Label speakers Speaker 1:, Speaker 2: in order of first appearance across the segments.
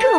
Speaker 1: 各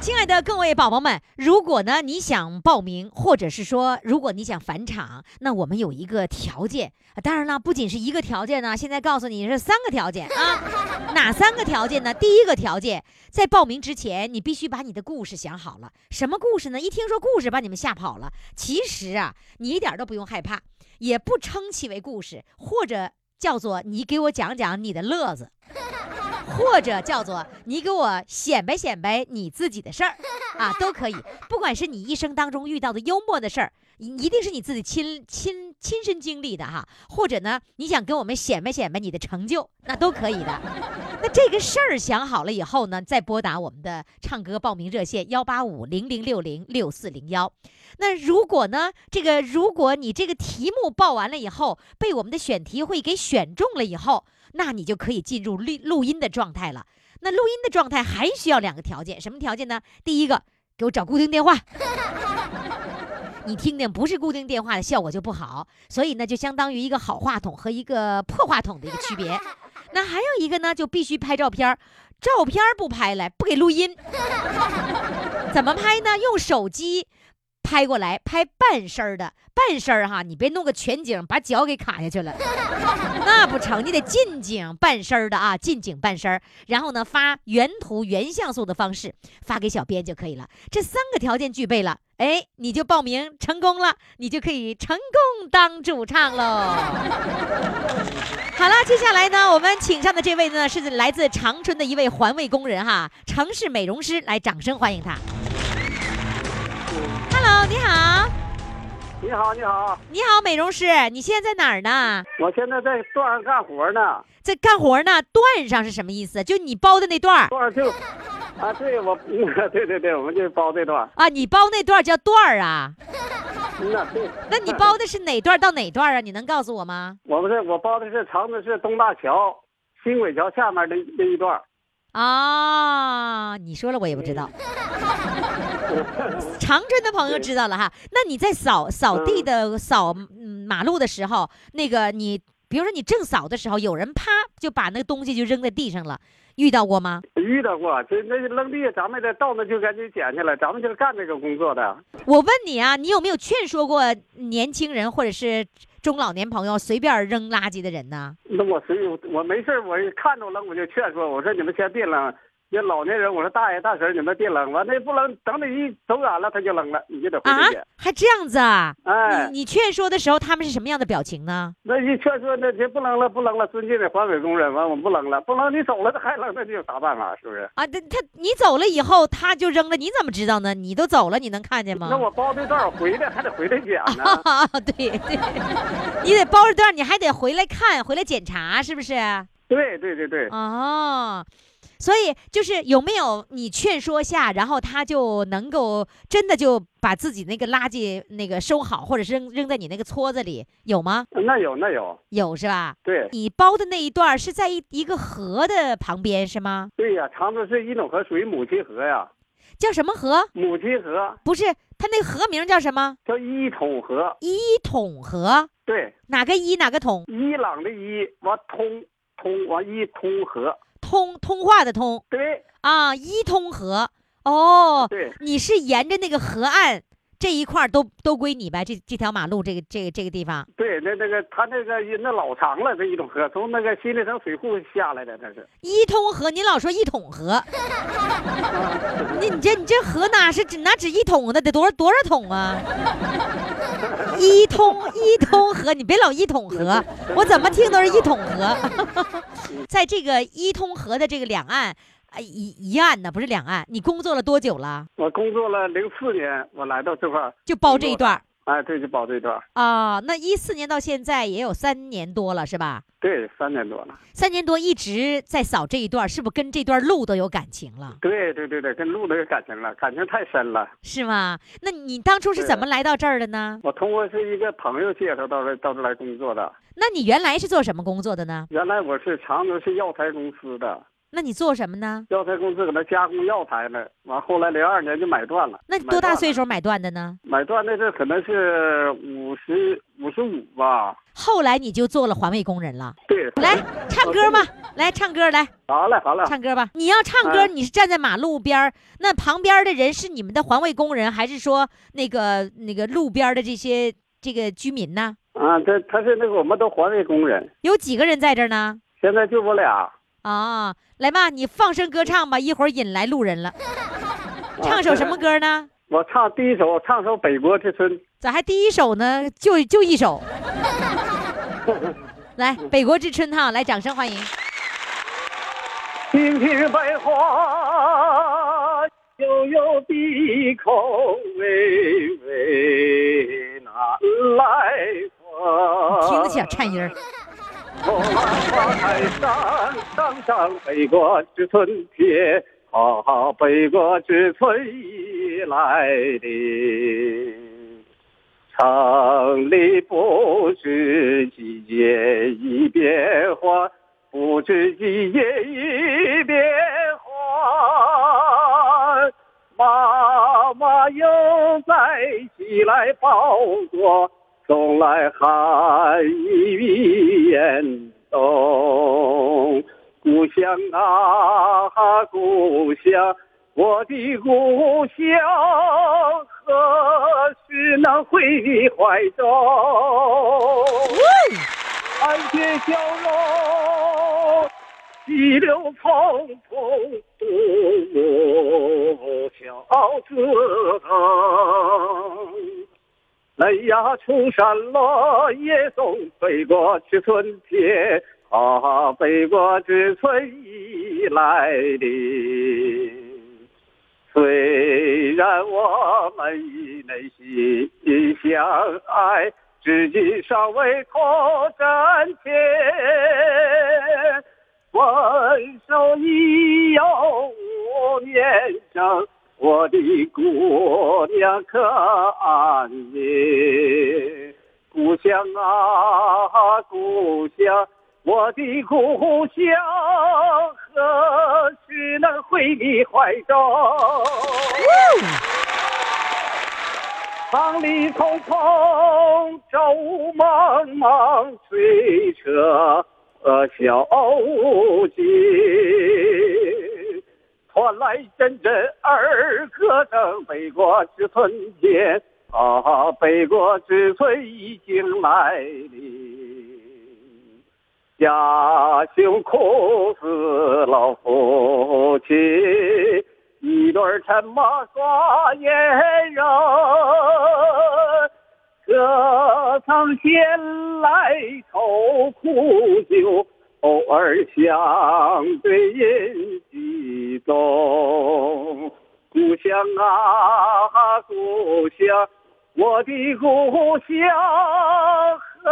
Speaker 1: 亲爱的各位宝宝们，如果呢你想报名，或者是说如果你想返场，那我们有一个条件。啊当然了，不仅是一个条件呢，现在告诉你是三个条件啊。哪三个条件呢？第一个条件，在报名之前，你必须把你的故事想好了。什么故事呢？一听说故事，把你们吓跑了。其实啊，你一点都不用害怕，也不称其为故事，或者叫做你给我讲讲你的乐子。或者叫做你给我显摆显摆你自己的事儿啊，都可以。不管是你一生当中遇到的幽默的事儿，一一定是你自己亲亲亲身经历的哈，或者呢，你想跟我们显摆显摆你的成就，那都可以的。那这个事儿想好了以后呢，再拨打我们的唱歌报名热线幺八五零零六零六四零幺。那如果呢，这个如果你这个题目报完了以后，被我们的选题会给选中了以后，那你就可以进入录录音的状态了。那录音的状态还需要两个条件，什么条件呢？第一个，给我找固定电话。你听听，不是固定电话的效果就不好，所以呢，就相当于一个好话筒和一个破话筒的一个区别。那还有一个呢，就必须拍照片儿，照片儿不拍来，不给录音。怎么拍呢？用手机拍过来，拍半身儿的，半身儿哈，你别弄个全景，把脚给卡下去了。那不成，你得近景半身儿的啊，近景半身儿，然后呢发原图原像素的方式发给小编就可以了。这三个条件具备了，哎，你就报名成功了，你就可以成功当主唱喽。 好了，接下来呢，我们请上的这位呢是来自长春的一位环卫工人哈，城市美容师，来掌声欢迎他。Hello，你好，
Speaker 2: 你好，你好，
Speaker 1: 你好，美容师，你现在在哪儿呢？
Speaker 2: 我现在在段上干活呢，
Speaker 1: 在干活呢，段上是什么意思？就你包的那段儿
Speaker 2: 段上就，啊，对我， 对对对，我们就包这段，
Speaker 1: 啊，你包那段儿叫段儿啊？
Speaker 2: 嗯呐，对，
Speaker 1: 那你包的是哪段儿到哪段儿啊？你能告诉我吗？
Speaker 2: 我们是我包的是长春市东大桥、新轨桥下面那那一段，
Speaker 1: 啊，你说了我也不知道。长春的朋友知道了哈。那你在扫扫地的扫嗯马路的时候，那个你比如说你正扫的时候，有人啪就把那个东西就扔在地上了，遇到过吗？
Speaker 2: 遇到过，这那扔地，咱们得到那就赶紧捡起来，咱们就是干这个工作的，
Speaker 1: 我问你啊，你有没有劝说过年轻人或者是中老年朋友随便扔垃圾的人呢？
Speaker 2: 那我随我没事儿我一看着扔我就劝说，我说你们先别扔。那老年人，我说大爷大婶儿，你们别扔，完那不扔，等你一走远了，他就扔了，你就得回
Speaker 1: 啊
Speaker 2: 去捡。，
Speaker 1: 还这样子啊？
Speaker 2: 哎，
Speaker 1: 你你劝说的时候，他们是什么样的表情呢？
Speaker 2: 那一劝说，那这不扔了，不扔了，尊敬的环卫工人，完我们不扔了，不扔你走了，他还扔，那你有啥办法？是不是？
Speaker 1: 啊，他他你走了以后，他就扔了，你怎么知道呢？你都走了，你能看见吗？
Speaker 2: 那我包这段儿回来还得回来捡呢。
Speaker 1: 啊， 对对，你得包着段儿，你还得回来看，回来检查，是不是？
Speaker 2: 对对对对，
Speaker 1: 哦，所以就是有没有你劝说下，然后他就能够真的就把自己那个垃圾那个收好，或者是扔扔在你那个撮子里，有吗？
Speaker 2: 那有那有，
Speaker 1: 有是吧？
Speaker 2: 对
Speaker 1: 你包的那一段儿是在一一个河的旁边是吗？
Speaker 2: 对呀、长春市一农河属于母鸡河呀，
Speaker 1: 叫什么河？
Speaker 2: 母鸡河
Speaker 1: 不是，它那个河名叫什么？
Speaker 2: 叫一统河，
Speaker 1: 一统河，
Speaker 2: 对，
Speaker 1: 哪个一哪个统？
Speaker 2: 伊朗的伊，完通通完一通河，
Speaker 1: 通通话的通
Speaker 2: 对
Speaker 1: 啊，一通河。哦，
Speaker 2: 对
Speaker 1: 你是沿着那个河岸这一块儿都都归你呗？这这条马路，这个这个这个地方，
Speaker 2: 对，那那个他那个那老长了，这一统河从那个新里城水库下来的，那是。
Speaker 1: 一通河，你老说一桶河，你你这你这河哪是只哪只一桶的？得多少多少桶啊？一通一通河，你别老一桶河，我怎么听都是一桶河。在这个一通河的这个两岸，啊一一岸呢，不是两岸，你工作了多久了？
Speaker 2: 我工作了零四年，我来到这块儿
Speaker 1: 就包这一段儿
Speaker 3: 哎，对，就保这一段，
Speaker 1: 啊、那一四年到现在也有三年多了，是吧？
Speaker 3: 对，三年多了，
Speaker 1: 三年多一直在扫这一段，是不是跟这段路都有感情了，
Speaker 3: 对对对对，跟路都有感情了，感情太深了。
Speaker 1: 是吗？那你当初是
Speaker 3: 对
Speaker 1: 怎么来到这儿的呢？
Speaker 3: 我通过是一个朋友介绍到这到这来工作的，
Speaker 1: 那你原来是做什么工作的呢？
Speaker 3: 原来我是常州市药材公司的，
Speaker 1: 那你做什么呢？
Speaker 3: 药材公司搁那加工药材呢，完后来零二年就买断了。
Speaker 1: 那你多大岁
Speaker 3: 数？
Speaker 1: 数买断的呢？
Speaker 3: 买断那阵可能是五十五十五吧。
Speaker 1: 后来你就做了环卫工人了。
Speaker 3: 对，
Speaker 1: 来唱歌吧，来唱歌，来
Speaker 3: 好了好了，
Speaker 1: 唱歌吧。你要唱歌，
Speaker 3: 啊哎
Speaker 1: 你是站在马路边儿，那旁边儿的人是你们的环卫工人，还是说那个那个路边儿的这些这个居民呢？
Speaker 3: 啊，这他是那个我们都环卫工人，
Speaker 1: 有几个人在这儿呢？
Speaker 3: 现在就我俩。
Speaker 1: 啊，来吧，你放声歌唱吧，一会儿引来路人
Speaker 3: 啊
Speaker 1: 了。唱首什么歌呢？
Speaker 3: 我唱第一首，唱首《北国之春》。
Speaker 1: 咋还第一首呢？就就一首。来，《北国之春》哈，来，掌声欢迎。
Speaker 3: 金瓶百花，悠悠闭口微微南来风。
Speaker 1: 听得起颤音儿。
Speaker 3: 红花台上，上上北国之春天，好好北国之春已来临。城里不知季节已变换，不知季节已变换。妈妈又在起来抱我，送来寒意严冬。故乡啊，故乡，我的故乡，何时能回你怀中？满街笑容，急流匆匆，独小自横。嫩芽出山落，叶送北国之春天。啊，北国之春已来临。虽然我们以内心相爱，至今尚未空枕前。分手已有五年整，我的姑娘可安宁？故乡啊，故乡，我的故乡，何时能回你怀中？忙里匆匆，舟茫茫，追车呃小径，传来阵阵儿歌声，北国之春天啊，北国之春已经来临。家兄苦似老夫妻，一对儿沉默寡言人。隔层闲来愁苦酒，偶尔相对饮几盅。故乡啊，故乡，我的故乡，何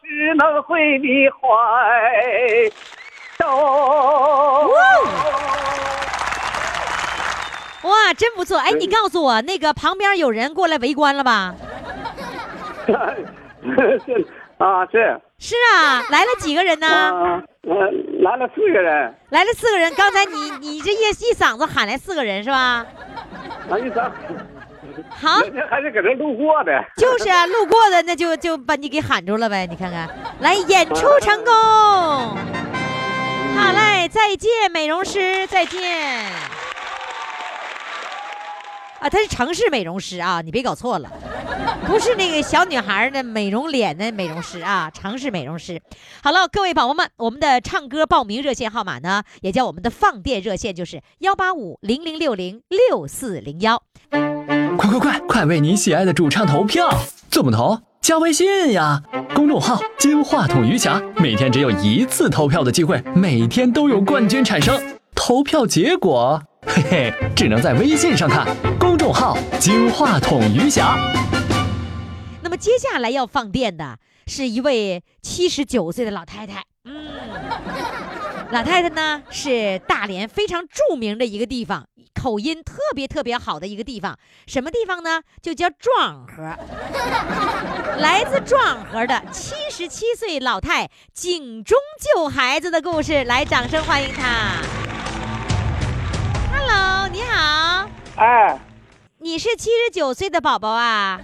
Speaker 3: 时能回你怀中？
Speaker 1: 哇，真不错！哎，
Speaker 3: 嗯
Speaker 1: 你告诉我，那个旁边有人过来围观了吧？
Speaker 3: 啊是啊，是
Speaker 1: 是啊，来了几个人呢？
Speaker 3: 啊，呃来了四个人，
Speaker 1: 来了四个人。刚才你你这一一嗓子喊来四个人是吧？
Speaker 3: 啊，一咱
Speaker 1: 好，
Speaker 3: 人家还是搁这路过的，
Speaker 1: 就是啊，路过的那就就把你给喊住了呗。你看看，来演出成功。好嘞，再见，美容师，再见。啊，她是城市美容师啊，你别搞错了，不是那个小女孩儿的美容脸的美容师啊，城市美容师。好了，各位宝宝们，我们的唱歌报名热线号码呢，也叫我们的放电热线，就是幺八五零零六零六四零幺。
Speaker 4: 快快快，快为你喜爱的主唱投票！怎么投？加微信呀，公众号“金话筒余霞”，每天只有一次投票的机会，每天都有冠军产生。投票结果，嘿嘿，只能在微信上看。公众号“金话筒余霞”。
Speaker 1: 么接下来要放电的是一位七十九岁的老太太。嗯，老太太呢是大连非常著名的一个地方，口音特别特别好的一个地方。什么地方呢？就叫庄河。来自庄河的七十七岁老太警钟救孩子的故事，来，掌声欢迎她。Hello，你好，
Speaker 5: 哎，
Speaker 1: 你是七十九岁的宝宝啊？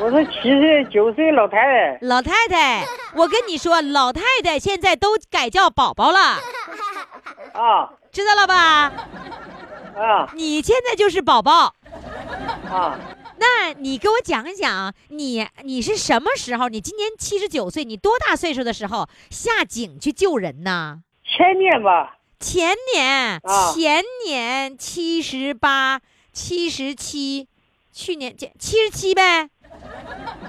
Speaker 5: 我是七十九岁老太太，
Speaker 1: 老太太，我跟你说，老太太现在都改叫宝宝了，
Speaker 5: 啊
Speaker 1: 知道了吧？
Speaker 5: 啊
Speaker 1: 你现在就是宝宝。
Speaker 5: 啊！
Speaker 1: 那你给我讲一讲，你你是什么时候？你今年七十九岁，你多大岁数的时候下井去救人呢？
Speaker 5: 前年吧，
Speaker 1: 前年，
Speaker 5: 啊
Speaker 1: 前年七十八、七十七，去年这七十七呗。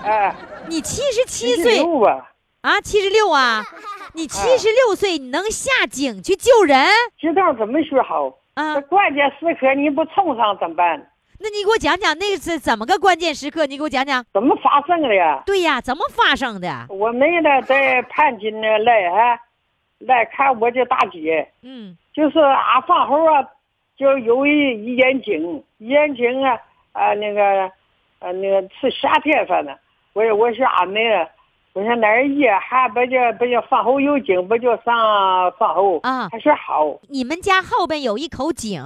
Speaker 5: 哎，
Speaker 1: 你七十七
Speaker 5: 七
Speaker 1: 岁
Speaker 5: 六吧，
Speaker 1: 啊，七十六啊，你七十六岁，你能下井去救人
Speaker 5: 知道怎么学好。
Speaker 1: 啊
Speaker 5: 这？关键时刻你不冲上怎么办？
Speaker 1: 那你给我讲讲那是怎么个关键时刻？你给我讲讲。
Speaker 5: 怎么发生的呀？
Speaker 1: 对呀，怎么发生的？
Speaker 5: 我妹呢在潘金呢来哈，来看我这大姐，
Speaker 1: 嗯
Speaker 5: 就是俺饭后啊，就有一一眼井，一眼井啊啊那个，啊那个是夏天反正，我我说俺妹啊，我说哪儿热还不叫不叫饭后有井不叫上饭后
Speaker 1: 啊
Speaker 5: 她说好
Speaker 1: 你们家后边有一口井，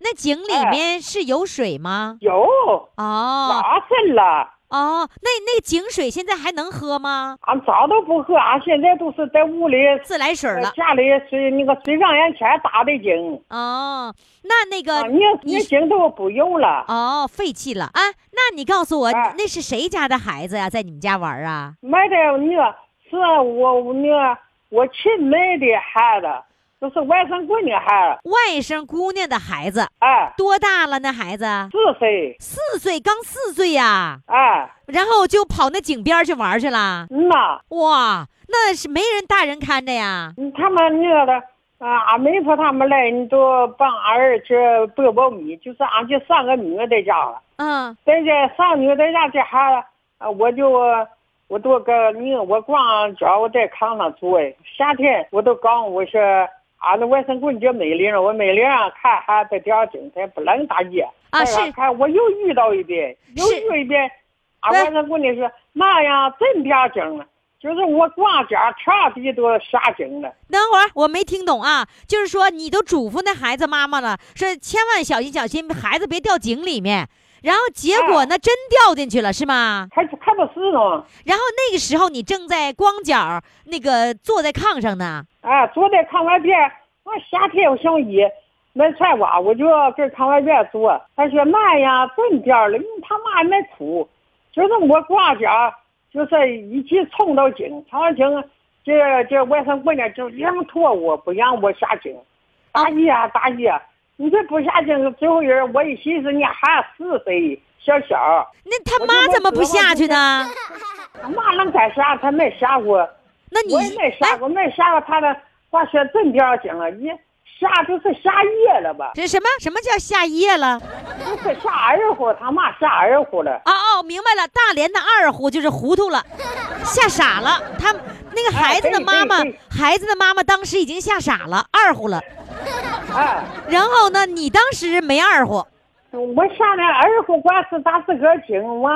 Speaker 1: 那井里
Speaker 5: 哎
Speaker 1: 面是有水吗？
Speaker 5: 有
Speaker 1: 哦
Speaker 5: 哪深了。
Speaker 1: 哦，那那井水现在还能喝吗？
Speaker 5: 俺早都不喝，俺现在都是在屋里呃
Speaker 1: 自来水了。
Speaker 5: 家里水那个水上眼前打的井，
Speaker 1: 哦，那那个、
Speaker 5: 哎啊，你
Speaker 1: 你
Speaker 5: 你井都不用了。
Speaker 1: 哦废弃了啊？那你告诉我，
Speaker 5: 哎
Speaker 1: 那是谁家的孩子呀、在你们家玩啊？
Speaker 5: 买的那个是我那个我亲妹的孩子，啊就是外甥闺女孩子，
Speaker 1: 外甥姑娘的孩子
Speaker 5: 哎，
Speaker 1: 多大了？那孩子
Speaker 5: 四岁，
Speaker 1: 四岁，刚四岁呀、
Speaker 5: 哎，
Speaker 1: 然后就跑那井边儿去玩儿去了。
Speaker 5: 嗯呐，
Speaker 1: 哇，那是没人大人看着呀。
Speaker 5: 嗯他们那个的。啊，俺妹夫他们来，你都帮俺儿去剥苞米，就是俺就三个女的在家了。
Speaker 1: 嗯，
Speaker 5: 在这上女在家这哈，啊，我就我都跟你我光脚我在炕上住哎，夏天我都刚我是俺那外甥闺女叫美玲，我美玲啊看还在吊井，她不冷大热
Speaker 1: 啊
Speaker 5: 再往
Speaker 1: 是
Speaker 5: 看我又遇到一遍，又
Speaker 1: 是
Speaker 5: 遇到一遍，啊俺
Speaker 1: 对
Speaker 5: 外甥闺女说妈呀，真吊井了，就是我光脚差地都下井了，
Speaker 1: 等会儿我没听懂啊，就是说你都嘱咐那孩子妈妈了，说千万小心小心，孩子别掉井里面。然后结果呢，真掉进去了是吗？
Speaker 5: 还还不是呢，
Speaker 1: 然后那个时候你正在光脚那个坐在炕上呢。
Speaker 5: 啊，坐在炕外边，我夏天我上衣没穿袜，我就跟炕外边坐。他说妈呀，真掉了，你他妈还没哭，就是我光脚，就是一起冲到井，冲到井，这这外甥闺女就硬拖我不让我下井，大姨啊大姨啊，你这不下井，最后人我一寻思你还四岁小小，
Speaker 1: 那他妈怎么不下去呢？
Speaker 5: 他妈能敢下，他没下过。
Speaker 1: 那你
Speaker 5: 我也没下
Speaker 1: 哎，
Speaker 5: 过，没下过他的话说真掉井了，啊一下就是下夜了吧？
Speaker 1: 这什么什么叫下夜了？
Speaker 5: 就是下二胡，他妈下二胡了。
Speaker 1: 哦哦，明白了，大连的二胡就是糊涂了，吓傻了。他那个孩子的妈妈
Speaker 5: 哎对对，
Speaker 1: 孩子的妈妈当时已经吓傻了，二胡了。
Speaker 5: 哎，
Speaker 1: 然后呢，你当时没二胡，
Speaker 5: 我下那二胡管是咱自个儿井我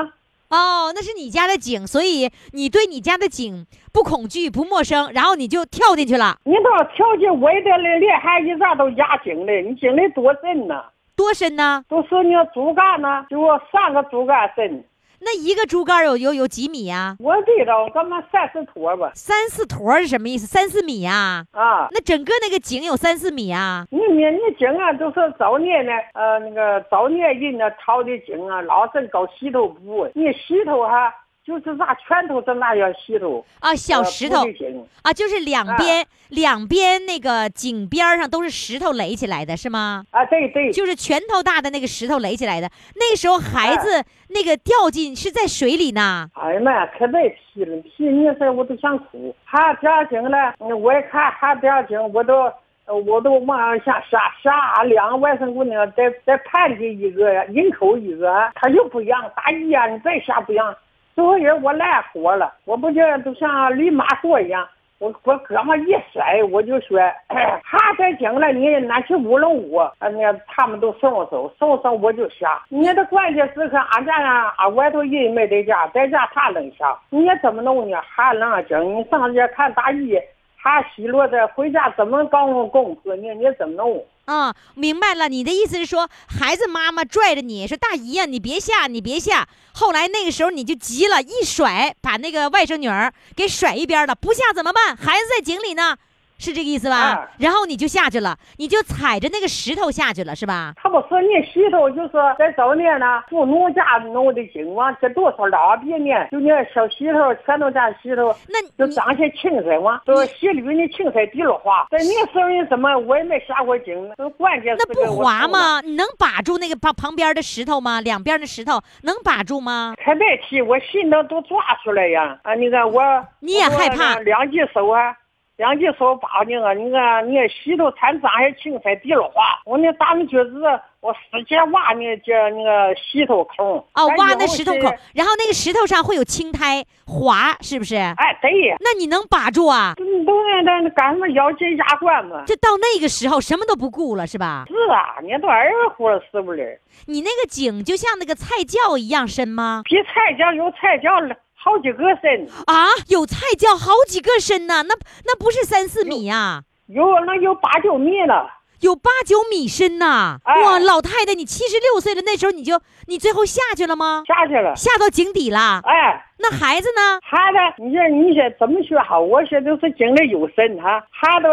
Speaker 1: 哦，那是你家的井，所以你对你家的井不恐惧不陌生，然后你就跳进去了，
Speaker 5: 你都跳进围的那厉害一阵都压井的，你井里多深呐？
Speaker 1: 多深呢？
Speaker 5: 都是那竹竿呢，就三个竹竿深。
Speaker 1: 那一个竹竿有有有几米呀、
Speaker 5: 我知道，咱们三十坨吧？
Speaker 1: 三四坨是什么意思？三四米呀、
Speaker 5: 啊，
Speaker 1: 那整个那个井有三四米啊？
Speaker 5: 你你你井啊，都是早年呢，呃，那个早年人呢淘的井啊，老是搞石头布，啊你石头哈、就是拿拳头的那样石头，
Speaker 1: 啊，小
Speaker 5: 呃
Speaker 1: 石
Speaker 5: 铺
Speaker 1: 头
Speaker 5: 的井，
Speaker 1: 啊，就是两
Speaker 5: 啊
Speaker 1: 边、两边那个井边儿上都是石头垒起来的，是吗？
Speaker 5: 啊，对对，
Speaker 1: 就是拳头大的那个石头垒起来的。那时候孩
Speaker 5: 啊
Speaker 1: 子那个掉进是在水里呢，
Speaker 5: 哎呀妈呀，可别提了，提那事儿我都想哭。还掉井了，嗯我一看还掉井，我都呃我都往下杀杀两个外甥姑娘，啊再再盼着一个人口一个，他就不让，大姨呀，你再下不让，最后人我赖活了，我不就都像驴马过一样，我我胳膊一甩，哎我就说，哎哈再行了，你拿去舞龙舞，啊，那他们都送我走，送我走我就下。你看这关键时刻，俺家啊，俺外头人没在家，在家他能下，你也怎么弄呢？还能整？你上街看大衣，还奚落的，回家怎么搞功夫呢？你怎么弄？
Speaker 1: 啊、明白了，你的意思是说，孩子妈妈拽着你说：“大姨呀、你别下，你别下。”后来那个时候你就急了，一甩，把那个外甥女儿给甩一边了。不下怎么办？孩子在井里呢，是这个意思吧？
Speaker 5: 啊
Speaker 1: 然后你就下去了，你就踩着那个石头下去了，是吧？
Speaker 5: 他不是你石头，就是在早年呢，住农家弄的井嘛，这多少老别呢，就那小石头，全都占石头，
Speaker 1: 那
Speaker 5: 就
Speaker 1: 你
Speaker 5: 长些青菜嘛，都溪里那青菜地里花。在那时候你怎么我也没下过井，都关键
Speaker 1: 那
Speaker 5: 是
Speaker 1: 不滑？吗？你能把住那个旁旁边的石头吗？两边的石头能把住吗？
Speaker 5: 还别提，我心都都抓出来呀！啊，那个我
Speaker 1: 你也害怕
Speaker 5: 我说两只手啊，两只手把那个那个那个石头铲长些青菜地里花，我那大米橛子我使劲挖那叫那个石头坑。
Speaker 1: 哦，
Speaker 5: 咱
Speaker 1: 挖
Speaker 5: 以后
Speaker 1: 那石头
Speaker 5: 哎是
Speaker 1: 口，然后那个石头上会有青苔滑，是不是？
Speaker 5: 哎，对，
Speaker 1: 那你能把住啊？
Speaker 5: 你都那那赶上咬金牙关嘛。
Speaker 1: 就到那个时候什么都不顾了，是吧？
Speaker 5: 是啊，你都二十活了是不是？
Speaker 1: 你那个井就像那个菜窖一样深吗？
Speaker 5: 比菜窖有菜窖了好几个深，
Speaker 1: 啊，有菜窖好几个深呐、那那不是三四米呀、
Speaker 5: 有那有八九米了。
Speaker 1: 有八九米深呐、
Speaker 5: 哎
Speaker 1: 哇，老太太，你七十六岁了，那时候你就你最后下去了吗？
Speaker 5: 下去了。
Speaker 1: 下到井底了？
Speaker 5: 哎，
Speaker 1: 那孩子呢？
Speaker 5: 孩子，你说你说怎么学好？我说都是井里有深哈，孩都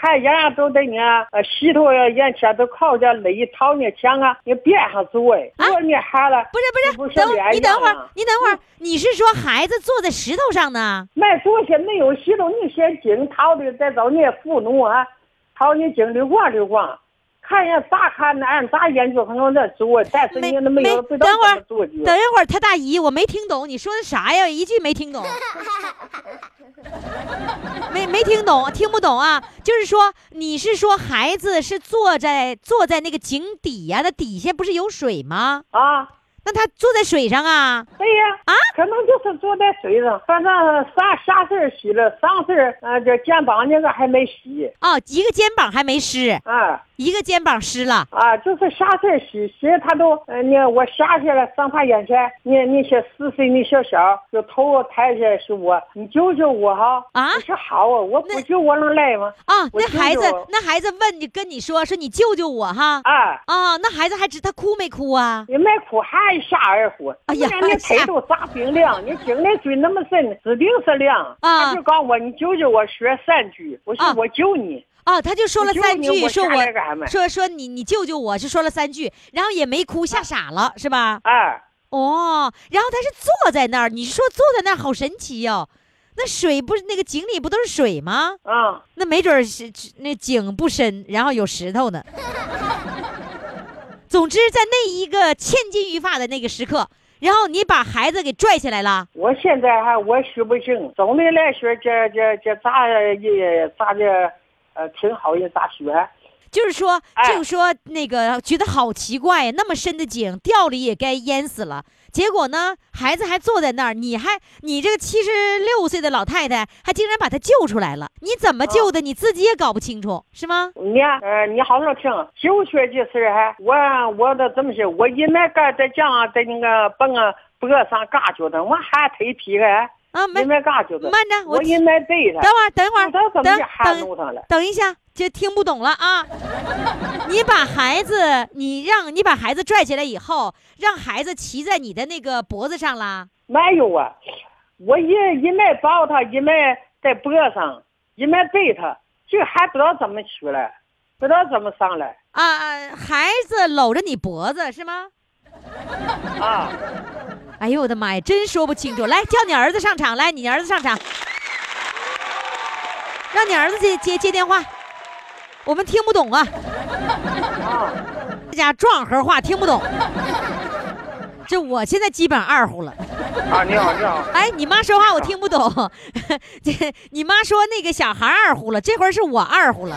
Speaker 5: 看人家都在你啊呃石头呀、眼前都靠着垒朝你墙啊，你边上坐哎。
Speaker 1: 啊
Speaker 5: 坐你孩子
Speaker 1: 不是
Speaker 5: 不
Speaker 1: 不
Speaker 5: 是
Speaker 1: 是，等
Speaker 5: 俩
Speaker 1: 你等会
Speaker 5: 样
Speaker 1: 儿
Speaker 5: 啊，
Speaker 1: 你等会儿，你是说孩子坐在石头上呢？
Speaker 5: 卖东西没有石头，你些井掏的再找那富农啊，掏你井里逛溜逛。看人咋看呢？按咋研究可能在做，但是
Speaker 1: 没
Speaker 5: 你那没有不知道
Speaker 1: 等会
Speaker 5: 怎
Speaker 1: 儿
Speaker 5: 么做啊的。
Speaker 1: 等一会儿，他大姨，我没听懂你说的啥呀，一句没听懂，没没听懂，听不懂啊。就是说，你是说孩子是坐在坐在那个井底呀、那底下不是有水吗？
Speaker 5: 啊，
Speaker 1: 那他坐在水上啊？
Speaker 5: 对呀，
Speaker 1: 啊，
Speaker 5: 可能就是坐在水上，反正上下身洗了，上身呃这肩膀那个还没洗，
Speaker 1: 哦，一个肩膀还没湿，
Speaker 5: 啊
Speaker 1: 一个肩膀湿了。
Speaker 5: 啊，就是下身洗，洗他都呃那我下去了，上他眼前，那那些四岁那小小就头抬起来说我，你救救我哈！
Speaker 1: 啊
Speaker 5: 我说好啊，我不救我能赖吗？
Speaker 1: 啊、
Speaker 5: 我
Speaker 1: 那
Speaker 5: 舅
Speaker 1: 孩子
Speaker 5: 舅，
Speaker 1: 那孩子问你跟你说，说你救救我哈。
Speaker 5: 啊，
Speaker 1: 啊、那孩子还知他哭没哭啊？
Speaker 5: 也没哭，还下二虎，
Speaker 1: 哎呀
Speaker 5: 不然那腿都扎 冰凉，你井里水那么深，指定是凉。
Speaker 1: 啊
Speaker 5: 他就告我，你救救我，学三句，我
Speaker 1: 啊
Speaker 5: 说我救你。
Speaker 1: 哦，他就说了
Speaker 5: 我救
Speaker 1: 三
Speaker 5: 你
Speaker 1: 句，
Speaker 5: 我
Speaker 1: 说
Speaker 5: 下来干
Speaker 1: 我
Speaker 5: 嘛
Speaker 1: 说说你你救救我，是说了三句，然后也没哭，吓傻了、是吧？
Speaker 5: 哎，
Speaker 1: 哦，然后他是坐在那儿，你说坐在那儿好神奇哟、那水不是那个井里不都是水吗？
Speaker 5: 啊，
Speaker 1: 那没准儿是是那井不深，然后有石头 呢。总之，在那一个千钧一发的那个时刻，然后你把孩子给拽起来了，
Speaker 5: 我现在还我学不精，总的来说，这这这咋也咋的，呃，挺好也咋学。
Speaker 1: 就是说，
Speaker 5: 哎
Speaker 1: 就是说那个觉得好奇怪呀，那么深的井掉里也该淹死了。结果呢，孩子还坐在那儿，你还你这个七十六岁的老太太还竟然把他救出来了，你怎
Speaker 5: 哦
Speaker 1: 么救的？你自己也搞不清楚，是吗？
Speaker 5: 你看，呃，你好好听，就学这事儿还我我得这么些，我一那个在讲在那个蹦啊脖上嘎觉的，我还腿皮个，
Speaker 1: 啊，没
Speaker 5: 一那嘎觉的，
Speaker 1: 慢着，我
Speaker 5: 我一
Speaker 1: 等
Speaker 5: 那背他，
Speaker 1: 会儿，等会儿，
Speaker 5: 不知道怎么
Speaker 1: 等
Speaker 5: 就还
Speaker 1: 等
Speaker 5: 弄上了。
Speaker 1: 等一下，这听不懂了 啊！你把孩子，你让你把孩子拽起来以后，让孩子骑在你的那个脖子上啦。
Speaker 5: 没有啊，我一一没抱他，一没在脖上，一没背他，这还不知道怎么去了，不知道怎么上来
Speaker 1: 啊，孩子搂着你脖子是吗？
Speaker 5: 啊。
Speaker 1: 哎呦我的妈呀，真说不清楚。来，叫你儿子上场，来，你儿子上场，让你儿子接接接电话，我们听不懂啊，
Speaker 5: 啊，
Speaker 1: 这家撞盒话听不懂。这我现在基本二胡了，
Speaker 6: 啊，你好，你好。
Speaker 1: 哎，你妈说话我听不懂。 这你妈说那个小孩二胡了，这会儿是我二胡了。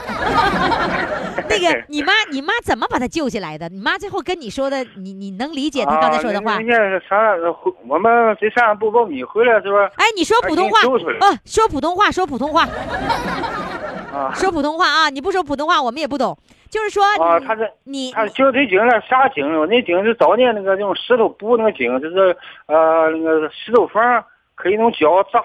Speaker 1: 那个你妈，你妈怎么把他救起来的？你妈最后跟你说的，你你能理解她刚才说的话？
Speaker 6: 啊、人家上回我们谁上不苞米回来的时候，
Speaker 1: 哎，你说普通话
Speaker 6: 哎你救出来
Speaker 1: 啊，说普通话，说普通话，
Speaker 6: 啊
Speaker 1: 说普通话啊！你不说普通话，我们也不懂。就是说
Speaker 6: 啊，他这
Speaker 1: 你，
Speaker 6: 他就这井那啥井，我那井是早年那个用石头铺那个井，就是呃那个石头缝儿，可以用脚扎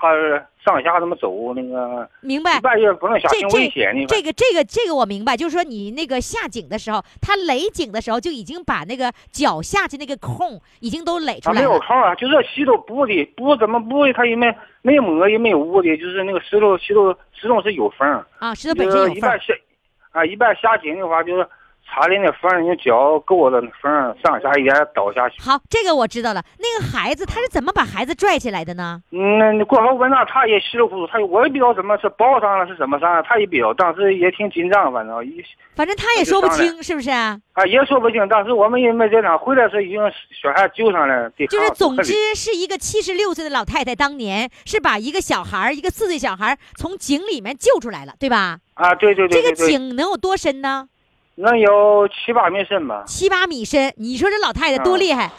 Speaker 6: 上下那么走，那个
Speaker 1: 你明白
Speaker 6: 一？半月不能下
Speaker 1: 这
Speaker 6: 挺危
Speaker 1: 这
Speaker 6: 险的。
Speaker 1: 这个这个这个我明白，就是说你那个下井的时候，他垒井的时候就已经把那个脚下去那个空已经都垒出
Speaker 6: 啊，
Speaker 1: 来
Speaker 6: 没
Speaker 1: 了
Speaker 6: 有。空啊，就这石头铺的，铺怎么铺的？它也没没磨，也没有污的，就是那个石头，石头石头是有缝儿，
Speaker 1: 啊，石头本身
Speaker 6: 就是
Speaker 1: 有
Speaker 6: 呃一
Speaker 1: 缝
Speaker 6: 半
Speaker 1: 儿。
Speaker 6: 下，啊，一半下井的话，就是插的那缝儿，你脚够着那缝儿上下一点倒下去。
Speaker 1: 好，这个我知道了。那个孩子他是怎么把孩子拽起来的呢？
Speaker 6: 嗯，那过后文那他也稀里糊涂，他我也不知道怎么是包上了是怎么上了，他也不知道，当时也挺紧张，反正一
Speaker 1: 反正他也
Speaker 6: 就
Speaker 1: 说不
Speaker 6: 上来
Speaker 1: 清，是不是啊、
Speaker 6: 啊也说不清。当时我们也没在场，回来的时候已经小孩救上来了，得
Speaker 1: 就是
Speaker 6: 扛
Speaker 1: 总
Speaker 6: 河里
Speaker 1: 之是一个七十六岁的老太太，当年是把一个小孩儿，一个四岁小孩儿从井里面救出来了，对吧？
Speaker 6: 啊，对对对
Speaker 1: 这
Speaker 6: 对
Speaker 1: 个
Speaker 6: 对，
Speaker 1: 井能有多深呢？
Speaker 6: 能有七八米深吧。
Speaker 1: 七八米深。你说这老太太多
Speaker 6: 嗯
Speaker 1: 厉害！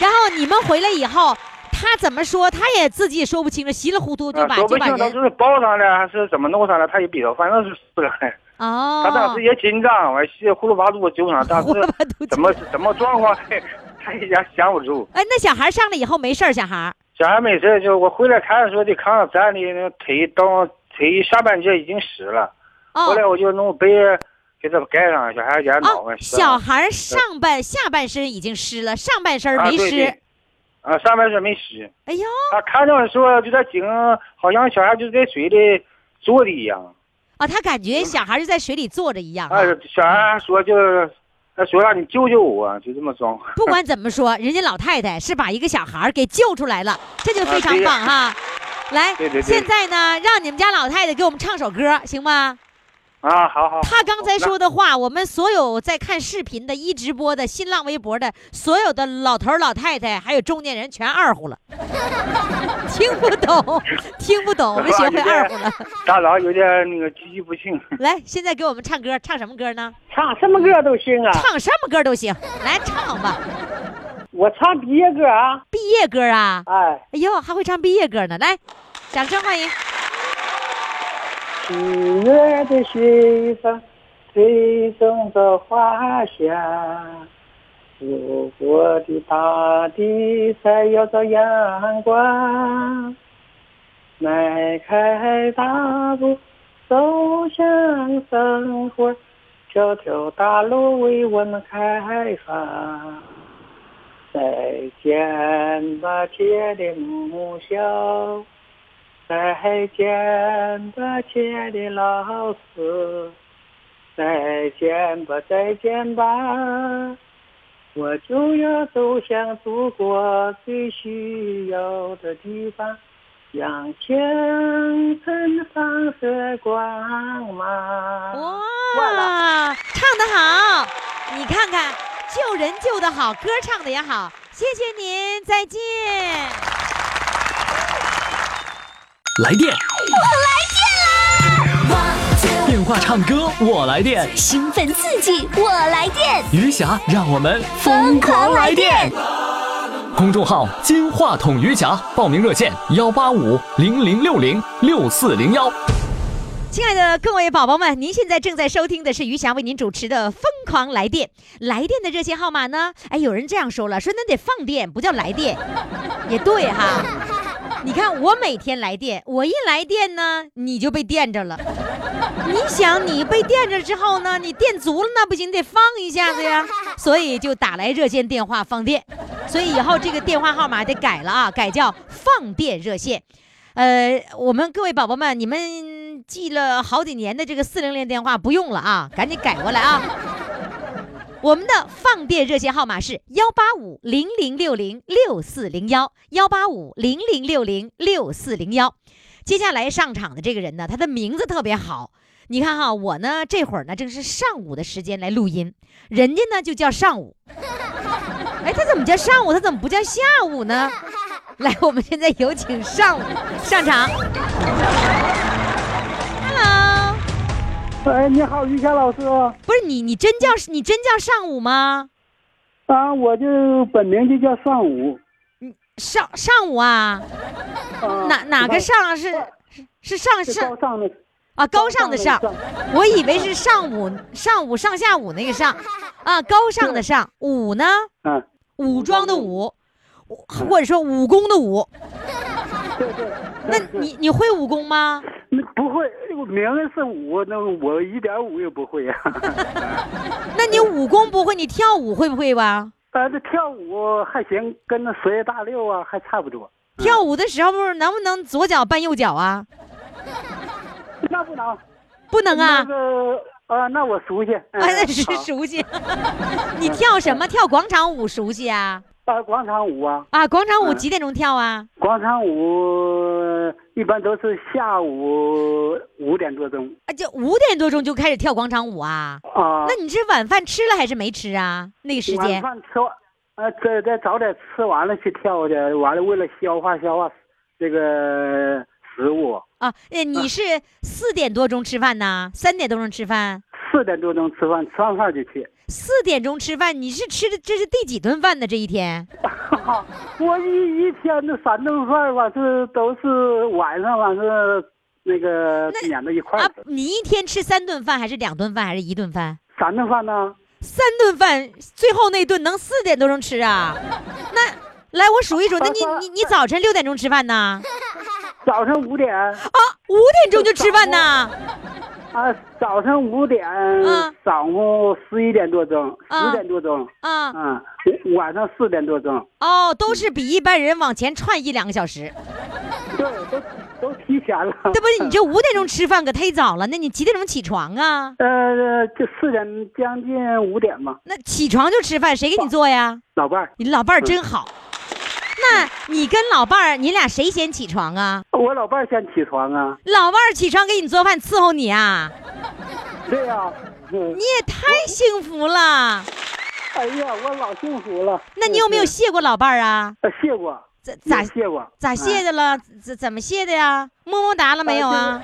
Speaker 1: 然后你们回来以后，她怎么说？她也自己也说不清了，稀里糊涂就
Speaker 6: 啊，
Speaker 1: 把
Speaker 6: 说
Speaker 1: 就
Speaker 6: 不
Speaker 1: 把
Speaker 6: 清他
Speaker 1: 人
Speaker 6: 是包上的还是怎么弄上的，他也不知道，反正是死了。他当
Speaker 1: 哦
Speaker 6: 时，也紧张，完稀里糊涂把肚子救上，但是
Speaker 1: 胡了吧嘟
Speaker 6: 怎么怎么状况， 他也想不住。
Speaker 1: 哎，那小孩上来以后没事儿，小孩儿
Speaker 6: 小孩没事儿，就我回来看的时候，就看到咱的那个腿到腿下半截已经湿了。后
Speaker 1: 哦
Speaker 6: 来我就弄被给他盖上，小孩家脑
Speaker 1: 哦
Speaker 6: 袋，湿了
Speaker 1: 小孩儿上半下半身已经湿了，上半身儿
Speaker 6: 啊
Speaker 1: 没
Speaker 6: 对
Speaker 1: 湿
Speaker 6: 对。啊，上半身没湿。
Speaker 1: 哎呦，
Speaker 6: 他看到的时候就在井，好像小孩就在水里坐的一样。
Speaker 1: 啊，他感觉小孩儿就在水里坐着一样啊
Speaker 6: 嗯啊，小孩说就是，他说让你救救我，就这么装。
Speaker 1: 不管怎么说，人家老太太是把一个小孩儿给救出来了，这就非常棒哈、来，
Speaker 6: 啊对对对
Speaker 1: 现在呢，让你们家老太太给我们唱首歌，行吗？
Speaker 6: 啊，好好。
Speaker 1: 她刚才说的话，我们所有在看视频的、一直播的、新浪微博的所有的老头儿老太太，还有中年人，全二胡了， 听不 懂，听不懂，我们学会二胡
Speaker 6: 哎
Speaker 1: 了。
Speaker 6: 大佬有点那个积极不幸。
Speaker 1: 来，现在给我们唱歌，唱什么歌呢？
Speaker 5: 唱什么歌都行啊，
Speaker 1: 唱什么歌都行，来唱吧。
Speaker 5: 我唱毕业歌啊，
Speaker 1: 毕业歌啊，
Speaker 5: 哎。
Speaker 1: 哎呦，还会唱毕业歌呢，来，掌声欢迎。
Speaker 5: 七月的随风吹动着花香，祖国的大地闪耀着阳光。迈开大步走向生活，条条大路为我们开放。再见吧，亲爱的母校。再见吧，亲爱的老师，再见吧，再见吧，我就要走向祖国最需要的地方，让前程放射光
Speaker 1: 哦
Speaker 5: 芒。
Speaker 1: 哇，唱得好！你看看，救人救得好，歌唱的也好，谢谢您，再见。
Speaker 4: 来电，我来电啦！电话唱歌，我来电。
Speaker 7: 兴奋刺激，我来电！
Speaker 4: 余霞，让我们疯狂来电！公众号“金话筒余霞”，报名热线：幺八五零零六零六四零幺。
Speaker 1: 亲爱的各位宝宝们，您现在正在收听的是余霞为您主持的《疯狂来电》，来电的热线号码呢？哎，有人这样说了，说那得放电，不叫来电， 也对哈。你看我每天来电，我一来电呢，你就被电着了。你想，你被电着之后呢，你电足了，那不行，得放一下子呀。所以就打来热线电话放电，所以以后这个电话号码得改了啊，改叫放电热线。呃，我们各位宝宝们，你们记了好几年的这个四零零电话不用了啊，赶紧改过来啊。我们的放电热线号码是幺八五零零六零六四零幺，幺八五零零六零六四零幺。接下来上场的这个人呢，他的名字特别好。你看哈，我呢这会儿呢正是上午的时间来录音，人家呢就叫上午。哎，他怎么叫上午？他怎么不叫下午呢？来，我们现在有请上上场。Hello，
Speaker 8: 哎，你好，于霞老师。
Speaker 1: 不是你，你真叫你真叫上午吗？
Speaker 8: 啊，我就本名就叫尚武。
Speaker 1: 上上午啊？
Speaker 8: 啊、
Speaker 1: 哪哪个上是是上
Speaker 8: 是
Speaker 1: 上
Speaker 8: 高尚的？
Speaker 1: 啊？高尚的上
Speaker 8: 高尚，
Speaker 1: 我以为是上午上午上下午那个 上啊，高尚的上武呢？
Speaker 8: 嗯、
Speaker 1: 武装的武，武或者说武功的武。
Speaker 8: 嗯对对。
Speaker 1: 那你你会武功吗？
Speaker 8: 那不会，我名字是武，那我一点五也不会啊 呀、
Speaker 1: 那你武功不会，你跳舞会不会吧？
Speaker 8: 啊，这跳舞还行，跟那随大溜啊还差不多。
Speaker 1: 跳舞的时候能不能左脚绊右脚啊？
Speaker 8: 那不能。
Speaker 1: 不能
Speaker 8: 那
Speaker 1: 啊，
Speaker 8: 个啊，那我熟悉。嗯
Speaker 1: 哎，那是
Speaker 8: 好
Speaker 1: 熟悉。 你跳什么？跳广场舞熟悉啊？
Speaker 8: 啊，广场舞啊，
Speaker 1: 啊，广场舞
Speaker 8: 嗯
Speaker 1: 几点钟跳啊？
Speaker 8: 广场舞一般都是下午五点多钟
Speaker 1: 啊，就五点多钟就开始跳广场舞啊？
Speaker 8: 啊。
Speaker 1: 那你是晚饭吃了还是没吃啊？那个时
Speaker 8: 晚
Speaker 1: 间
Speaker 8: 饭吃完，啊，再再早点吃完了去跳去，完了为了消化消化这个食物，
Speaker 1: 啊，呃，
Speaker 8: 嗯
Speaker 1: 你是四点多钟吃饭呐？三点多钟吃饭？
Speaker 8: 四点多钟吃饭，吃完饭就去。
Speaker 1: 四点钟吃饭，你是吃的这是第几顿饭呢？这一天
Speaker 8: 我一一天这三顿饭吧，是都是晚上完是那个
Speaker 1: 那
Speaker 8: 撵到一块
Speaker 1: 啊
Speaker 8: 儿吃。，
Speaker 1: 你一天吃三顿饭还是两顿饭还是一顿饭？
Speaker 8: 三顿饭呢？
Speaker 1: 三顿饭，最后那顿能四点多钟吃啊？那来我数一
Speaker 8: 啊
Speaker 1: 数，那你你你早晨六点钟吃饭呐？
Speaker 8: 早上五点
Speaker 1: 啊，五点钟就吃饭呐？
Speaker 8: 啊，早上五点，
Speaker 1: 嗯
Speaker 8: 晌午十一点多钟，
Speaker 1: 嗯
Speaker 8: 十点多钟，
Speaker 1: 啊，
Speaker 8: 嗯，晚上四点多钟，
Speaker 1: 哦，都是比一般人往前串一两个小时。
Speaker 8: 对，都都提前了。
Speaker 1: 对不是你这五点钟吃饭可忒早了，那你几点钟起床啊？
Speaker 8: 呃，就四点将近五点吧，
Speaker 1: 那起床就吃饭，谁给你做呀？
Speaker 8: 老伴儿，
Speaker 1: 你老伴儿真好。那你跟老伴儿，你俩谁先起床啊？
Speaker 8: 我老伴儿先起床啊，
Speaker 1: 老伴儿起床给你做饭伺候你啊，
Speaker 8: 对呀、嗯
Speaker 1: 你，也太幸福了。
Speaker 8: 哎呀，我老幸福了。
Speaker 1: 那你有没有谢过老伴儿啊？
Speaker 8: 呃谢过？
Speaker 1: 咋咋
Speaker 8: 也谢过？嗯
Speaker 1: 咋谢的了？怎怎么谢的呀？么么哒了没有啊？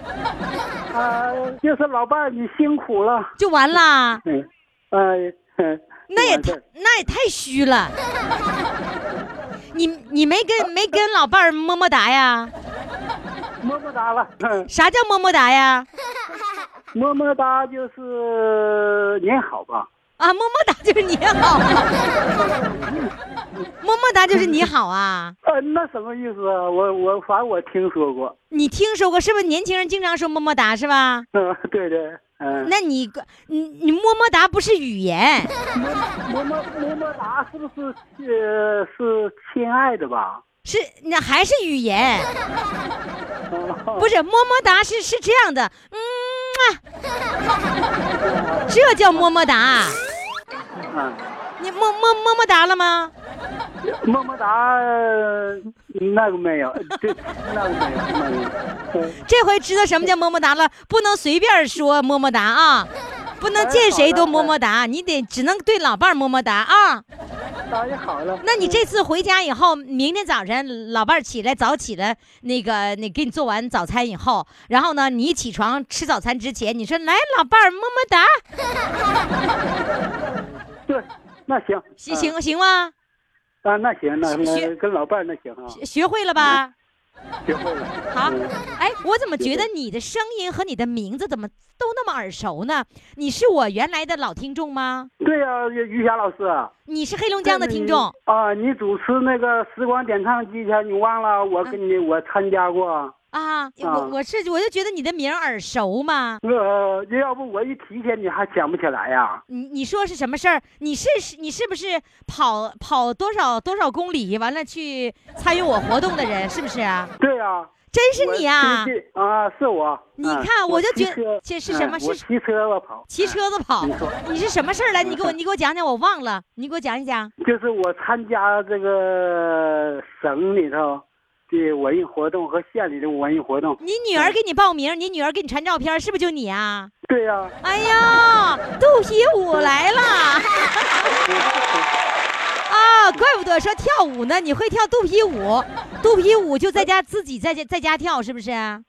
Speaker 8: 嗯？啊，就是老伴儿，你辛苦了。
Speaker 1: 就完啦？
Speaker 8: 嗯，哎，嗯
Speaker 1: 那也
Speaker 8: 完事
Speaker 1: 太
Speaker 8: 儿
Speaker 1: 那也太虚了。你你没跟没跟老伴儿么么哒呀？
Speaker 8: 么么哒了。嗯，
Speaker 1: 啥叫么么哒呀？
Speaker 8: 么么哒就是您好吧？
Speaker 1: 啊，么么哒就是你好啊，么么哒就是你好啊。
Speaker 8: 呃，那什么意思啊？我我反正我听说过。
Speaker 1: 你听说过是不是？年轻人经常说么么哒是吧？
Speaker 8: 嗯，对对，嗯，
Speaker 1: 那你个你你么么哒不是语言，
Speaker 8: 么么么么哒是不是呃是亲爱的吧？
Speaker 1: 是那还是语言？
Speaker 8: 嗯
Speaker 1: 不是么么哒是是这样的，嗯啊，这叫么么哒。
Speaker 8: 嗯。
Speaker 1: 你么么么么哒了吗？
Speaker 8: 么么哒，那个没有，这那个没有，那个没有嗯
Speaker 1: 这回知道什么叫么么哒了，不能随便说么么哒啊，不能见谁都么么哒，你得只能对老伴儿么么哒啊。
Speaker 8: 当然好了。
Speaker 1: 那你这次回家以后，明天早晨老伴儿起来早起来，那个那给你做完早餐以后，然后呢，你一起床吃早餐之前，你说来老伴儿么么哒，
Speaker 8: 对，那行，
Speaker 1: 行行行吗？
Speaker 8: 啊，那行，那
Speaker 1: 学
Speaker 8: 那跟老伴儿那行啊，
Speaker 1: 学学会了吧？
Speaker 8: 学会了。
Speaker 1: 好
Speaker 8: 嗯，
Speaker 1: 哎，我怎么觉得你的声音和你的名字怎么都那么耳熟呢？你是我原来的老听众吗？
Speaker 8: 对呀，于霞老师，
Speaker 1: 你是黑龙江的听众。
Speaker 8: 啊，你主持那个时光点唱机前，你忘了我跟你我参加过，
Speaker 1: 啊，我
Speaker 8: 啊
Speaker 1: 我是我就觉得你的名儿耳熟嘛。
Speaker 8: 呃，要不我一提起来你还想不起来呀？
Speaker 1: 你你说是什么事儿？你是是你是不是跑跑多少多少公里，完了去参与我活动的人，是不是啊？
Speaker 8: 对呀，
Speaker 1: 真是你啊
Speaker 8: 我！骑骑啊，是我。
Speaker 1: 你
Speaker 8: 嗯
Speaker 1: 看我
Speaker 8: 我
Speaker 1: 就
Speaker 8: 骑
Speaker 1: 觉得
Speaker 8: 车
Speaker 1: 这是什么
Speaker 8: 嗯
Speaker 1: 是
Speaker 8: 我骑车我跑，
Speaker 1: 骑车子跑
Speaker 8: 没错，
Speaker 1: 你是什么事儿来？你给我你给我讲讲，我忘了，你给我讲一讲。
Speaker 8: 就是我参加这个省里头的文艺活动和县里的文艺活动。
Speaker 1: 你女儿给你报名，你女儿给你传照片，是不是就你啊？
Speaker 8: 对呀、
Speaker 1: 哎呀，肚皮舞来了！啊，怪不得说跳舞呢，你会跳肚皮舞，肚皮舞就在家自己在家在家跳，是不是啊？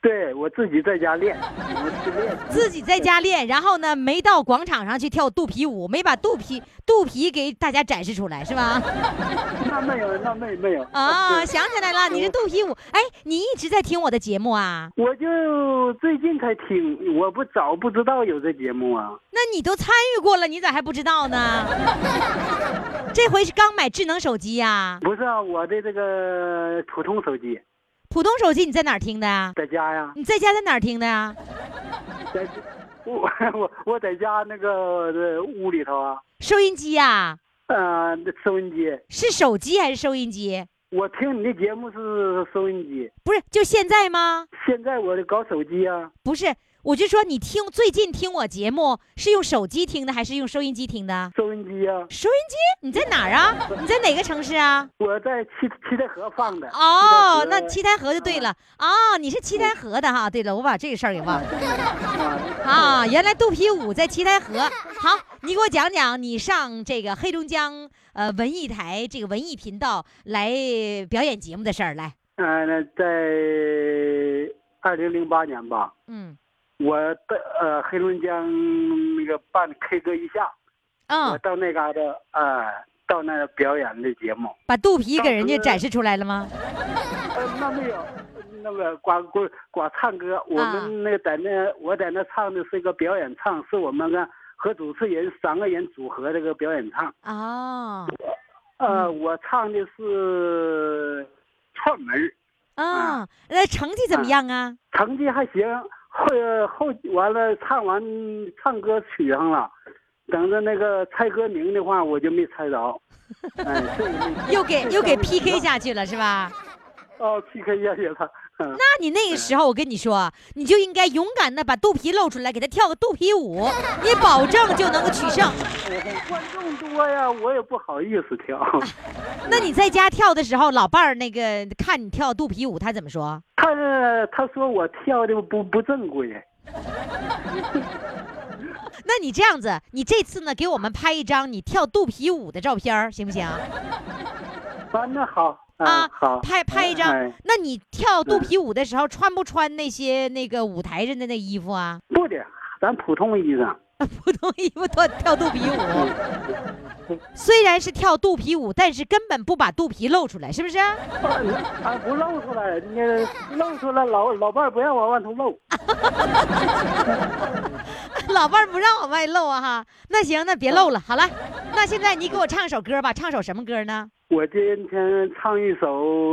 Speaker 8: 对我自己在家练，我自练。
Speaker 1: 自己在家练，然后呢，没到广场上去跳肚皮舞，没把肚皮肚皮给大家展示出来，是吧？
Speaker 8: 那没有，那没没有
Speaker 1: 啊，
Speaker 8: 对
Speaker 1: 想起来了，你是肚皮舞。哎，你一直在听我的节目啊？
Speaker 8: 我就最近才听，我不早不知道有这节目啊。
Speaker 1: 那你都参与过了，你咋还不知道呢？这回是刚买智能手机呀、
Speaker 8: 不是啊，我的这个普通手机
Speaker 1: 普通手机你在哪儿听的啊？
Speaker 8: 在家呀，
Speaker 1: 你在家在哪儿听的啊？
Speaker 8: 在我 我我在家那个呃屋里头啊，
Speaker 1: 收音机呀、
Speaker 8: 呃，收音机。
Speaker 1: 是手机还是收音机？
Speaker 8: 我听你的节目是收音机，
Speaker 1: 不是，就现在吗？
Speaker 8: 现在我搞手机啊，
Speaker 1: 不是，我就说你听最近听我节目是用手机听的还是用收音机听的？
Speaker 8: 收音机啊，
Speaker 1: 收音机？你在哪儿 啊？你在哪个城市啊？
Speaker 8: 我在七七台河放的。
Speaker 1: 哦，
Speaker 8: 七台河
Speaker 1: 那七台河就对了。哦，你是七台河的哈。对了，我把这个事儿给忘 了。啊，原来肚皮舞在七台河。好，你给我讲讲你上这个黑龙江呃文艺台这个文艺频道来表演节目的事儿来。
Speaker 8: 嗯、那在二零零八年吧，
Speaker 1: 嗯
Speaker 8: 我到呃黑龙江那个办 K 歌一下，我
Speaker 1: 嗯，
Speaker 8: 到那嘎达呃到那表演的节目，
Speaker 1: 把肚皮给人家
Speaker 8: 当时
Speaker 1: 展示出来了吗？
Speaker 8: 呃那没有。那个光光光唱歌，我
Speaker 1: 啊
Speaker 8: 们那个在那我在那唱的是一个表演唱，是我们个和主持人三个人组合这个表演唱。
Speaker 1: 哦，
Speaker 8: 呃，我唱的是串门儿
Speaker 1: 啊，那成绩怎么样啊？
Speaker 8: 成绩还行。后后完了，唱完唱歌取上了，等着那个猜歌名的话，我就没猜着。哎，这个 没
Speaker 1: 又给
Speaker 8: 这
Speaker 1: 又给
Speaker 8: 这
Speaker 1: PK 下去了是吧？
Speaker 8: 哦，PK 下去了。嗯，
Speaker 1: 那你那个时候，我跟你说，啊你就应该勇敢的把肚皮露出来，给他跳个肚皮 舞，你保证就能够取胜。
Speaker 8: 观众多呀，我也不好意思跳。
Speaker 1: 那你在家跳的时候，老伴儿那个看你跳肚皮舞，他怎么说？
Speaker 8: 他他说我跳的不不正规。
Speaker 1: 那你这样子，你这次呢，给我们拍一张你跳肚皮舞的照片儿，行不行？
Speaker 8: 啊，那好
Speaker 1: 啊
Speaker 8: 好，
Speaker 1: 拍拍一张
Speaker 8: 哎。
Speaker 1: 那你跳肚皮舞的时候，穿不穿那些那个舞台上的那衣服 啊？
Speaker 8: 不的，咱普通衣裳。
Speaker 1: 普通衣服跳跳肚皮舞，
Speaker 8: 嗯
Speaker 1: 虽然是跳肚皮舞，但是根本不把肚皮露出来，是不是？
Speaker 8: 啊，不露出来，那露出来老老伴儿不让我往出露。
Speaker 1: 老伴儿不让往外露啊哈。那行，那别露了。好了，那现在你给我唱首歌吧，唱首什么歌呢？
Speaker 8: 我今天唱一首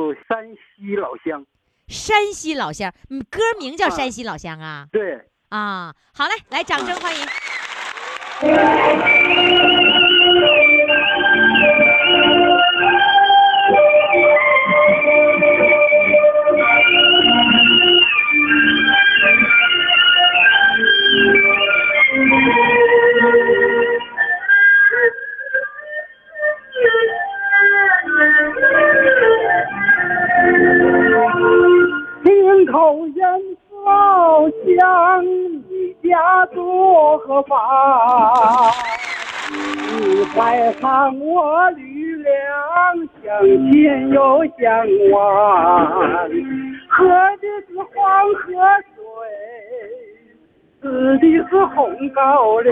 Speaker 8: 《山西老乡》，
Speaker 1: 山西老乡，嗯歌名叫《山西老乡》啊
Speaker 8: 对，
Speaker 1: 啊！好嘞，来，掌声欢迎。
Speaker 9: 听口音老乡，你家住何方？你再看我吕梁，相亲又相望，喝的是黄河水，吃的是红高粱。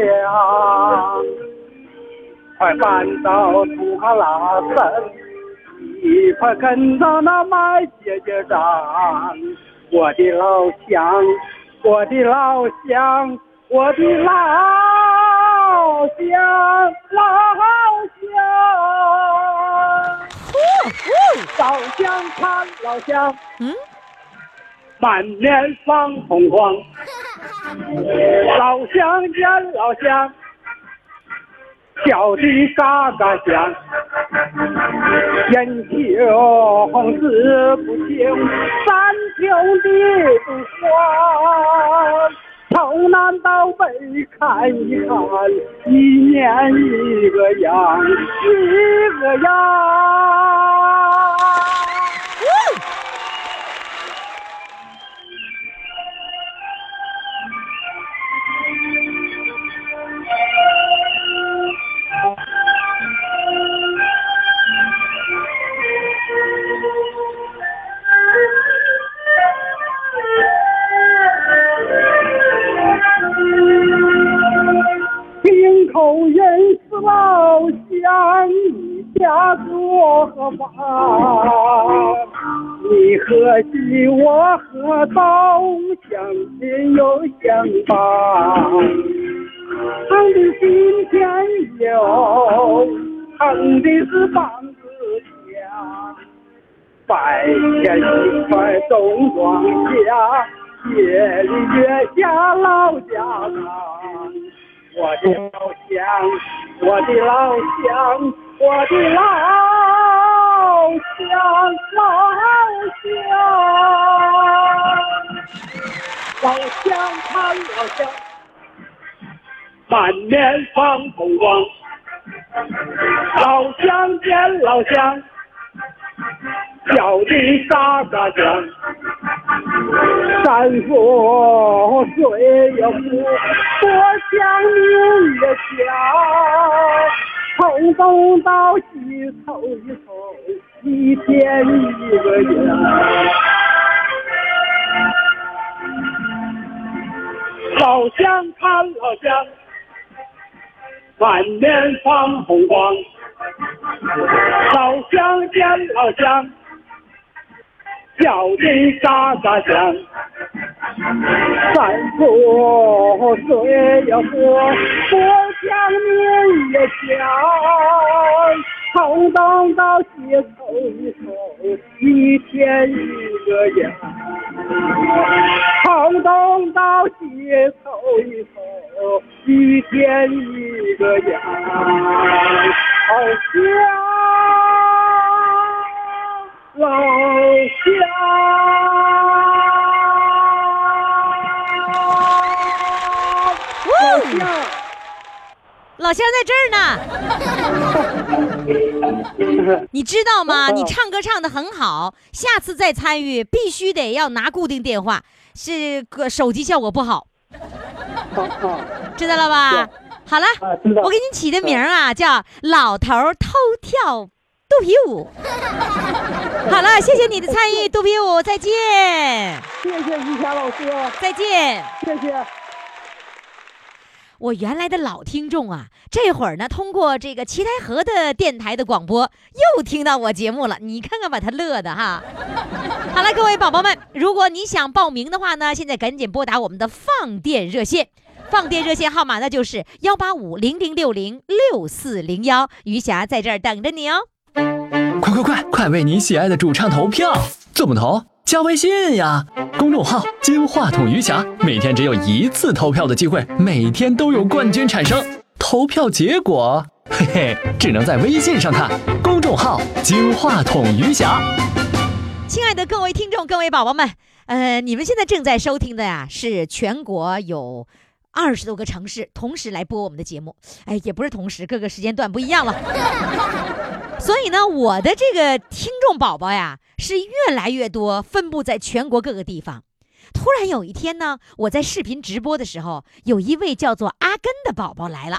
Speaker 9: 快搬到土哈拉山，你快跟到那麦姐姐长。我的老乡，我的老乡，我的老乡，老乡，老乡看老乡，
Speaker 1: 嗯，
Speaker 9: 满脸放红光。老乡见老乡，叫的嘎嘎响。人穷志不清，山穷地不宽。从南到北看一看，一年一个样，一个样。喝吧，你喝西，我喝东，相亲又相伴。唱的心前有，唱的是棒子枪，百年一块东庄稼，夜里月下老家堂。我的老乡，我的老乡，我的老乡，老乡，老乡看老乡，满面放红光，老乡见老乡，小的嘎嘎响。山富水又富，多香牛也香。从东到西瞅一瞅，一天一个样。老乡看老乡，满面放红光。老乡见老乡。叫的嘎嘎响，山坡水呀坡，坡墙面也响，从东到西瞅一瞅，一天一个样，从东到西瞅一瞅，一天一个样，好啊像。老乡，
Speaker 1: 哦，老乡在这儿呢，你知道吗？你唱歌唱的很好，下次再参与必须得要拿固定电话，是个手机效果不好，知道了吧？好了
Speaker 10: 啊知，道
Speaker 1: 我给你起的名儿啊叫“老头儿偷跳肚皮 舞”。好了，谢谢你的参与，肚皮舞，再见，
Speaker 10: 谢谢于霞老师，
Speaker 1: 再见。
Speaker 10: 谢谢。
Speaker 1: 我原来的老听众啊，这会儿呢，通过这个齐台河的电台的广播，又听到我节目了。你看看，把他乐的哈。 好了，各位宝宝们，如果你想报名的话呢，现在赶紧拨打我们的放电热线。放电热线号码那就是幺八五零零六零六四零幺，余霞在这儿等着你哦。
Speaker 4: 快快快，快为你喜爱的主唱投票！怎么投？加微信呀，公众号“金话筒余霞”，每天只有一次投票的机会，每天都有冠军产生。投票结果，嘿嘿，只能在微信上看。公众号“金话筒余霞”。
Speaker 1: 亲爱的各位听众、各位宝宝们，呃，你们现在正在收听的呀，是全国有二十多个城市同时来播我们的节目，哎，也不是同时，各个时间段不一样了。 所以呢，我的这个听众宝宝呀，是越来越多，分布在全国各个地方。突然有一天呢，我在视频直播的时候，有一位叫做阿根的宝宝来了。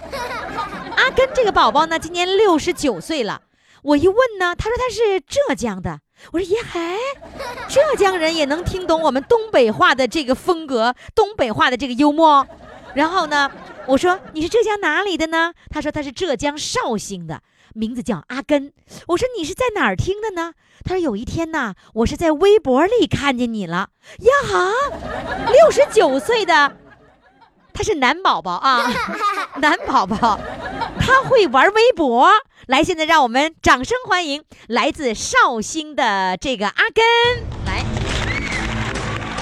Speaker 1: 阿根这个宝宝呢，今年六十九岁了。我一问呢，他说他是浙江的。我说耶还，浙江人也能听懂我们东北话的这个风格，东北话的这个幽默。然后呢，我说你是浙江哪里的呢？他说他是浙江绍兴的，名字叫阿根。我说你是在哪儿听的呢？他说有一天呐，我是在微博里看见你了。呀哈，六十九岁的，他是男宝宝啊，男宝宝，他会玩微博。来，现在让我们掌声欢迎来自绍兴的这个阿根。来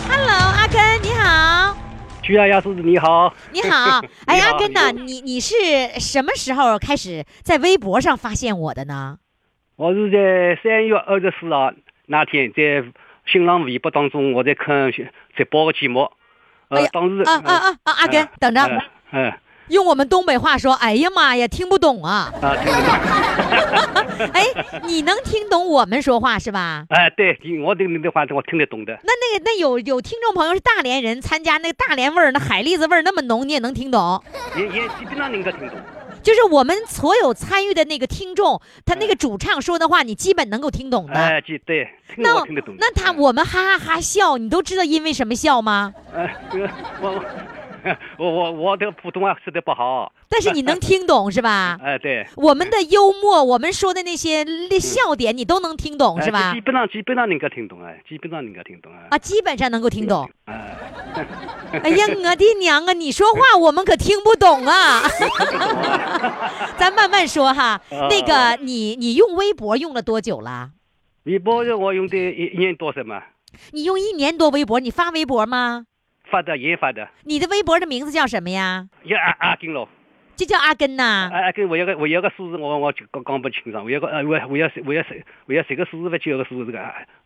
Speaker 1: ，Hello，阿根，你好，
Speaker 10: 徐大丫叔子你好，
Speaker 1: 你 好。哎，
Speaker 10: 你好
Speaker 1: 阿根呐，
Speaker 10: 你
Speaker 1: 你你是什么时候开始在微博上发现我的呢？
Speaker 10: 我是在三月二十四号那天在新浪微博当中，我在看直播的节目，
Speaker 1: 哎
Speaker 10: 呃
Speaker 1: 呀，
Speaker 10: 当时哎
Speaker 1: 啊啊啊啊！阿根，等着，，
Speaker 10: 嗯啊，
Speaker 1: 用我们东北话说，哎呀妈呀，听不懂啊！
Speaker 10: 对对对
Speaker 1: 哎，你能听懂我们说话是吧？
Speaker 10: 哎，对，你我这个的话我听得懂的，
Speaker 1: 那那个那有有听众朋友是大连人，参加那个大连味儿、那海蛎子味儿那么浓，你也能听懂。
Speaker 10: 也也基本上能够听懂。
Speaker 1: 就是我们所有参与的那个听众，他那个主唱说的话，你基本能够听懂的。
Speaker 10: 哎，对对，听
Speaker 1: 那
Speaker 10: 我听得懂。哎
Speaker 1: 那他我们哈哈哈笑，你都知道因为什么笑吗？
Speaker 10: 哎，这个我我我我我这个普通话说的不好，
Speaker 1: 但是你能听懂是吧？
Speaker 10: 哎、对，
Speaker 1: 我们的幽默，我们说的那些那笑点，你都能听懂
Speaker 10: 嗯哎
Speaker 1: 哦是吧
Speaker 10: 基？本上基本上能够听懂哎，基本上能够听懂哎。
Speaker 1: 啊，基本上能够听懂。
Speaker 10: 嗯
Speaker 1: 哎 呀，我的娘啊！你说话我们可听不懂啊。咱慢慢说哈。
Speaker 10: 嗯
Speaker 1: 那个，你你用微博用了多久了？
Speaker 10: 微博我用的一一年多什么，
Speaker 1: 你用一年多微博，你发微博吗？
Speaker 10: 发的也发的，
Speaker 1: 你的微博的名字叫什么呀？
Speaker 10: 也啊阿阿金咯，
Speaker 1: 就叫阿根呐、
Speaker 10: 阿阿金哎我有个我有个数字我我就讲讲不清爽，我有个呃我我要我要谁我要谁个数字不就有个数字个，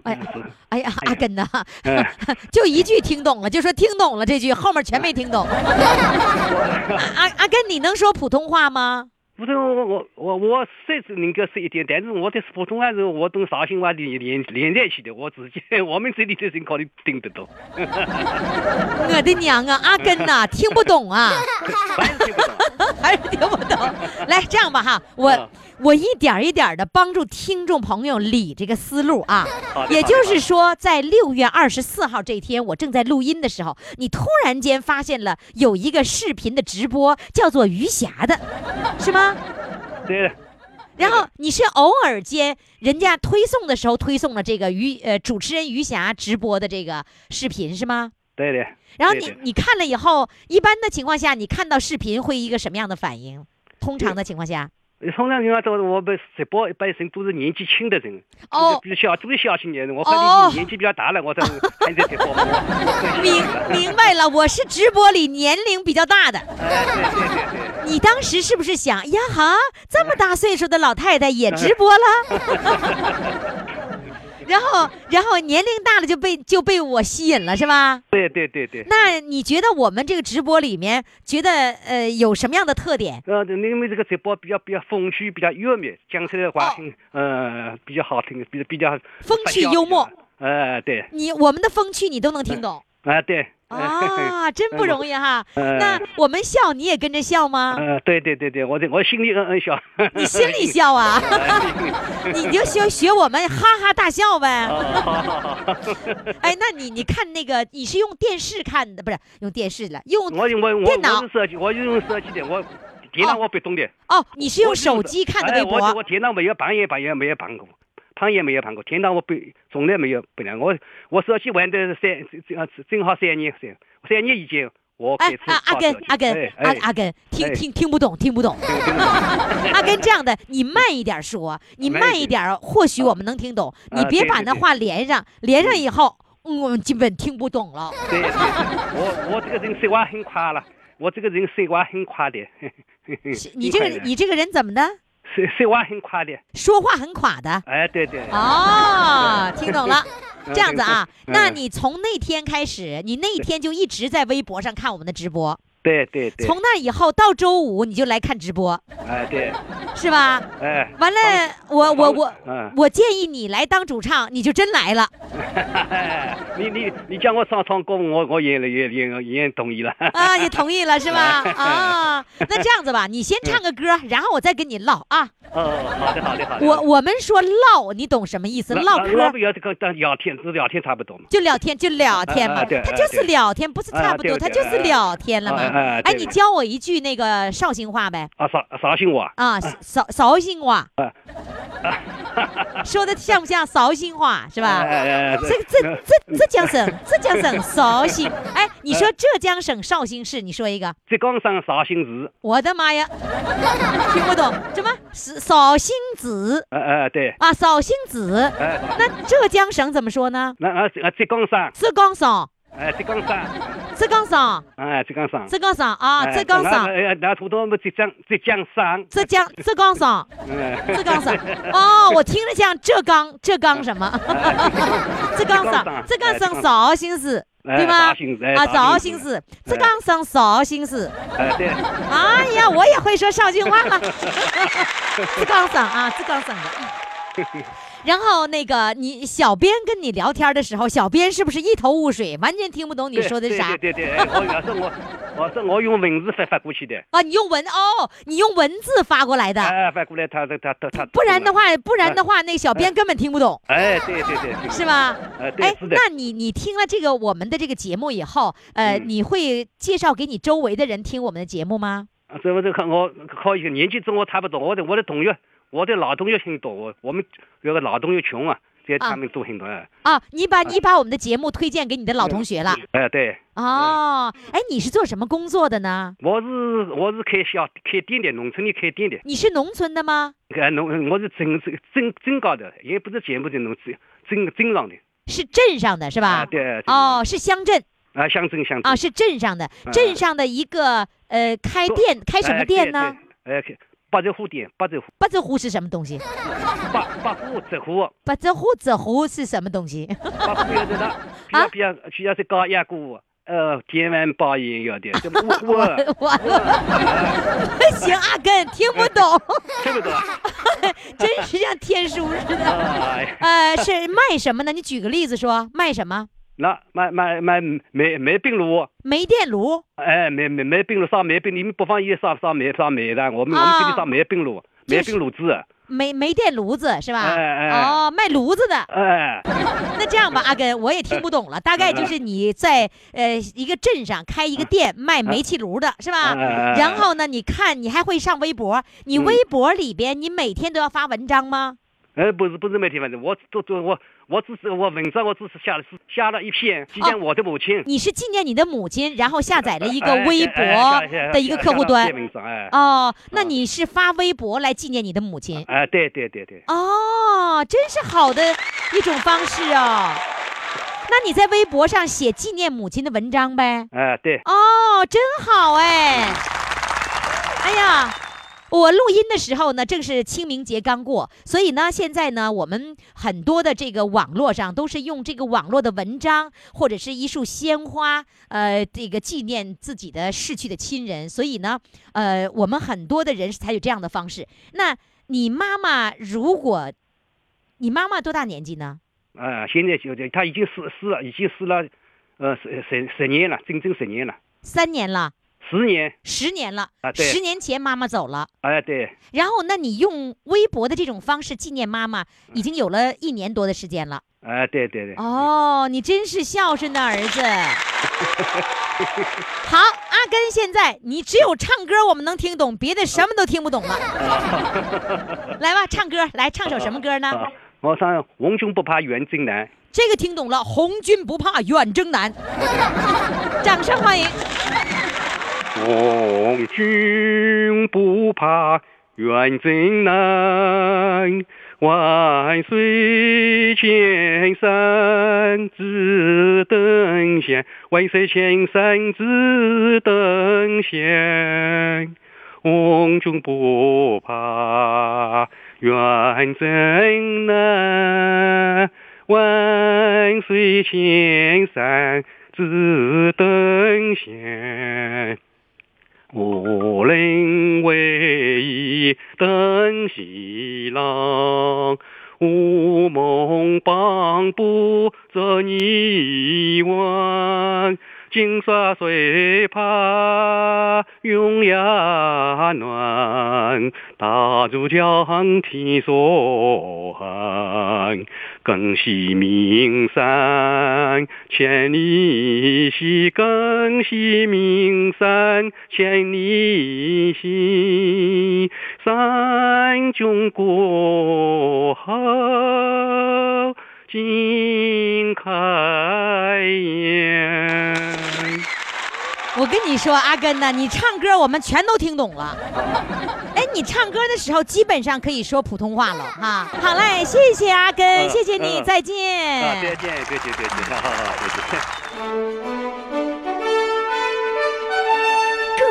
Speaker 1: 哎
Speaker 10: 嗯是
Speaker 1: 哎呀，阿根呐、
Speaker 10: 嗯
Speaker 1: 就一句听懂了，就说听懂了这句，后面全没 听懂。阿阿根，你能说普通话吗？
Speaker 10: 不是我我我我虽是能够说一点，但是我的普通话是我跟绍兴话连连连在一起的，我自己我们这里的人考虑听得懂，
Speaker 1: 我的娘啊，阿根 呐、听不懂啊，
Speaker 10: 反正听不懂。
Speaker 1: 还是听不懂。来，这样吧哈，我
Speaker 10: 嗯
Speaker 1: 我一点儿一点的帮助听众朋友理这个思路啊。
Speaker 10: 好的
Speaker 1: 也就，是
Speaker 10: 好的
Speaker 1: 说，在六月二十四号这天，我正在录音的时候，你突然间发现了有一个视频的直播，叫做余霞的，是吗？
Speaker 10: 好的 对了，
Speaker 1: 然后你是偶尔间人家推送的时候推送了这个余呃主持人余霞直播的这个视频是吗？
Speaker 10: 对的。
Speaker 1: 然后
Speaker 10: 对
Speaker 1: 你
Speaker 10: 对
Speaker 1: 你看了以后，一般的情况下，你看到视频会一个什么样的反应？通常的情况下，
Speaker 10: 通常情况下，我们直播一般人都是年纪轻的人，
Speaker 1: 哦
Speaker 10: 就是比如小都是小青年人。我
Speaker 1: 哦
Speaker 10: 看你年纪比较大了，我才 还在直播嘛。我
Speaker 1: 明明白了，我是直播里年龄比较大 的。
Speaker 10: 哎，对对对
Speaker 1: 你当时是不是想呀哈，这么大岁数的老太太也直播了？ 然后，然后年龄大了就被就被我吸引了，是吧？
Speaker 10: 对对对对对。
Speaker 1: 那你觉得我们这个直播里面，觉得呃有什么样的特点？
Speaker 10: 呃，因为这个直播比较比较风趣，比较幽默，讲出来的话，呃，比较好听，比较比较
Speaker 1: 哦风趣幽默。
Speaker 10: 呃，对，
Speaker 1: 你我们的风趣你都能听懂
Speaker 10: 啊，对。
Speaker 1: 啊，真不容
Speaker 10: 易。
Speaker 1: 易哈。
Speaker 10: 呃
Speaker 1: 那我们笑你也跟着笑吗？
Speaker 10: 呃，对对对对，我这我心里嗯嗯笑。
Speaker 1: 你心里 笑啊？你就学学我们哈哈大笑呗。
Speaker 10: 哦好好好，
Speaker 1: 哎，那你你看那个，你是用电视看的，不是用电视了，用
Speaker 10: 我我我
Speaker 1: 电脑
Speaker 10: 我是设计，我就用设计的，我电脑我不懂的。
Speaker 1: 哦，你是用手机看的微博。
Speaker 10: 哎、我我电脑没有碰也碰也没有碰过，碰也没有碰过，电脑我不从来没有碰了。我我手机玩的是三正呃正好三年三三年以前我开
Speaker 1: 哎
Speaker 10: 始
Speaker 1: 啊，阿
Speaker 10: 搞
Speaker 1: 根
Speaker 10: 手机
Speaker 1: 阿根
Speaker 10: 哎
Speaker 1: 阿
Speaker 10: 哎
Speaker 1: 阿根，听
Speaker 10: 哎
Speaker 1: 听听不懂，听不懂。 阿根这样的，你慢一点说，你
Speaker 10: 慢一
Speaker 1: 慢一点，或许我们能听懂。你
Speaker 10: 啊
Speaker 1: 别
Speaker 10: 对
Speaker 1: 把
Speaker 10: 对
Speaker 1: 那
Speaker 10: 对
Speaker 1: 话连上，连上以后，嗯我们基本听不懂了。
Speaker 10: 对对对我我这个人说话很快了，我这个人说话很快的，
Speaker 1: 是你这个人你这个人怎么的？
Speaker 10: 说说话很快的，
Speaker 1: 说话很垮的。
Speaker 10: 哎对对，
Speaker 1: 啊哦，听懂 了。这样子啊，
Speaker 10: 嗯
Speaker 1: 那你从那天开始，你那一天就一直在微博上看我们的直播，
Speaker 10: 对对对，
Speaker 1: 从那以后到周五你就来看直播，
Speaker 10: 哎对，
Speaker 1: 是吧？
Speaker 10: 哎
Speaker 1: 完了，我我
Speaker 10: 帮
Speaker 1: 我
Speaker 10: 嗯
Speaker 1: 我建议你来当主唱，你就真来了。
Speaker 10: 你你你叫我上唱歌，我我也也也也同意了。
Speaker 1: 啊，也同意了是 吧？啊，那这样子吧，你先唱个歌，然后我再跟你唠啊。
Speaker 10: 哦，好的好的好的。
Speaker 1: 我我们说唠，你懂什么意思？唠嗑
Speaker 10: 不要跟跟聊天，这聊天差不多嘛。
Speaker 1: 就聊天，就聊天嘛，
Speaker 10: 啊对
Speaker 1: 他
Speaker 10: 啊
Speaker 1: 就是
Speaker 10: 对
Speaker 1: 聊天，不是差
Speaker 10: 啊
Speaker 1: 不多，
Speaker 10: 对
Speaker 1: 他
Speaker 10: 对
Speaker 1: 就是
Speaker 10: 啊
Speaker 1: 聊天了嘛。
Speaker 10: 啊啊
Speaker 1: 哎，
Speaker 10: 对
Speaker 1: 你教我一句那个绍兴话呗。
Speaker 10: 啊，绍绍兴话，
Speaker 1: 啊，绍绍兴话
Speaker 10: 啊，
Speaker 1: 说的像不像绍兴话是吧？
Speaker 10: 哎哎哎
Speaker 1: 这
Speaker 10: 对
Speaker 1: 这这浙江省，浙江省绍兴，哎，你
Speaker 10: 啊
Speaker 1: 说浙江省绍兴市，你说一个，
Speaker 10: 浙江省绍兴市，
Speaker 1: 我的妈呀， 听不懂，什么是绍兴子
Speaker 10: 呃呃对，
Speaker 1: 啊？绍兴子，
Speaker 10: 哎，
Speaker 1: 那浙江省怎么说呢？
Speaker 10: 那啊啊浙江省，
Speaker 1: 浙江省，
Speaker 10: 哎浙江省，
Speaker 1: 浙江省，
Speaker 10: 哎浙江省，
Speaker 1: 浙江省啊，
Speaker 10: 哎
Speaker 1: 浙江
Speaker 10: 那
Speaker 1: 省，
Speaker 10: 那那普通话浙江浙江省，
Speaker 1: 浙江，浙江省，
Speaker 10: 嗯，
Speaker 1: 浙 江省。哦，我听着像浙江，浙江什 么？浙江省，哎浙江省绍兴市，
Speaker 10: 哎
Speaker 1: 对吗
Speaker 10: 绍兴市？哎
Speaker 1: 啊，绍
Speaker 10: 绍
Speaker 1: 兴
Speaker 10: 兴市
Speaker 1: 市，浙江省绍兴市。
Speaker 10: 哎对，
Speaker 1: 哎呀，我也会说绍兴 话，浙江省啊，浙江省的。嗯 然后那个你小编跟你聊天的时候，小编是不是一头雾水，完全听不懂你
Speaker 10: 对
Speaker 1: 说的
Speaker 10: 对
Speaker 1: 啥？
Speaker 10: 对对对，哎我有时候我哦，这我用文字发发过去的，
Speaker 1: 啊，你用文哦，你用文字发过来的，
Speaker 10: 哎，发过来他他他他他，
Speaker 1: 不然的，话，不然的话，那小编根本听不懂，
Speaker 10: 哎，对对对，对
Speaker 1: 是？吧？
Speaker 10: 哎，对
Speaker 1: 哎，，
Speaker 10: 是的，
Speaker 1: 那你你听了这个我们的这个节目以后，呃，
Speaker 10: 嗯
Speaker 1: 你会介绍给你周围的人听我们的节目吗？
Speaker 10: 这不这看啊我靠一个年纪跟我差不多，我的我的同学，我的老同学很多，我我们有个老同学穷啊，这他们都很多，哎
Speaker 1: 啊，你把你把我们的节目推荐给你的老同学了
Speaker 10: 哎，对，
Speaker 1: 哦。哎，你是做什么工作的呢？
Speaker 10: 我是我是开小开店的，农村里开店的，
Speaker 1: 你是农村的吗？
Speaker 10: 哎，农我是增增增增高的，也不是全部的农村增增上的，
Speaker 1: 是镇上的是吧？
Speaker 10: 啊，对，
Speaker 1: 哦，是乡镇
Speaker 10: 啊，乡镇乡镇
Speaker 1: 啊，，是镇上的，
Speaker 10: 嗯
Speaker 1: 镇上的一个呃，开店开什么
Speaker 10: 哎
Speaker 1: 店呢？？
Speaker 10: 对对哎，八折户店，八折户，
Speaker 1: 八字胡是什么东西？
Speaker 10: 八八户折户。
Speaker 1: 八字胡子胡是什么东西？
Speaker 10: 把不要的那，
Speaker 1: 啊
Speaker 10: 不要不要是高压锅，呃，电饭煲也要的， 这我
Speaker 1: 我
Speaker 10: 我
Speaker 1: 我不 行，阿根听不懂，
Speaker 10: 这么多，
Speaker 1: 真是像天书似的。
Speaker 10: 哎，
Speaker 1: 呃，是卖什么呢？你举个例子说，卖什么？
Speaker 10: 那买买买煤煤冰炉，
Speaker 1: 煤电炉
Speaker 10: 哎，煤煤煤冰炉烧煤冰，你们北方也烧烧煤烧煤的，我们我
Speaker 1: 啊
Speaker 10: 们这里烧煤冰炉，
Speaker 1: 就
Speaker 10: 煤
Speaker 1: 是
Speaker 10: 冰炉子，
Speaker 1: 煤煤电炉子是吧？
Speaker 10: 哎哎
Speaker 1: 哦，卖炉子的。
Speaker 10: 哎，
Speaker 1: 那这样吧，阿根，我也听不懂了，大概就是你在呃一个镇上开一个店卖煤气炉的是吧？
Speaker 10: 哎哎哎
Speaker 1: 然后呢，你看你还会上微博，你
Speaker 10: 嗯
Speaker 1: 微博里边你每天都要发文章吗？
Speaker 10: 哎，不是不是每天反正我都都我我只是我文章我只是写了写了一篇，纪念我的母亲。
Speaker 1: 你是纪念你的母亲，然后下载了一个
Speaker 10: 哎
Speaker 1: 微
Speaker 10: 哎哎写
Speaker 1: 博的一个
Speaker 10: 写
Speaker 1: 客户
Speaker 10: 写
Speaker 1: 端
Speaker 10: 写文章哎，
Speaker 1: 哦，那你是发微博来纪念你的母亲
Speaker 10: 哎，对对对对，
Speaker 1: 哦，真是好的一种方式哦。那你在微博上写纪念母亲的文章呗？
Speaker 10: 哎对，
Speaker 1: 哦，真好哎！哎呀，我录音的时候呢，正是清明节刚过，所以呢，现在呢，我们很多的这个网络上都是用这个网络的文章或者是一束鲜花，呃，这个纪念自己的逝去的亲人。所以呢，呃，我们很多的人是采取这样的方式。那你妈妈如果，你妈妈多大年纪呢？
Speaker 10: 啊，现在就就他已经死死了，已经死了，呃，十十十年了，整整十年了，
Speaker 1: 三年了，
Speaker 10: 十年。
Speaker 1: 十年了，
Speaker 10: 啊对
Speaker 1: 十年前妈妈走了。
Speaker 10: 哎，对，
Speaker 1: 然后，那你用微博的这种方式纪念妈妈，已经有了一年多的时间了。
Speaker 10: 哎，对嗯对对，
Speaker 1: 哦，你真是孝顺的儿 子。好，阿根，现在你只有唱歌我们能听懂，别的什么都听不懂了。 来吧，唱歌，来唱首什么歌呢？
Speaker 10: 啊， 我上红军不怕远征难，
Speaker 1: 这个听懂了，红军不怕远征难。掌声欢迎。
Speaker 10: 红军不怕远征难，万水千山只等闲，万水千山只等闲。红军不怕远征难，万水千山只等闲。无论为一等西郎，无梦帮不着你望。金沙水畔永呀暖，大竹江天所寒。更喜名山千里兮，更喜名山千里兮，山中过后尽开颜。
Speaker 1: 我跟你说，阿根呐，你唱歌我们全都听懂 了。哎，你唱歌的时候基本上可以说普通话了哈、好嘞，谢谢阿根，
Speaker 10: 嗯
Speaker 1: 谢谢你，
Speaker 10: 嗯
Speaker 1: 再见。
Speaker 10: 啊，再见，再见，再见，好好好，再见。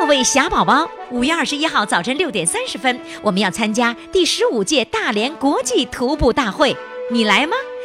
Speaker 1: 各位小宝宝，五月二十一号早晨六点三十分，我们要参加第十五届大连国际徒步大会，你来吗？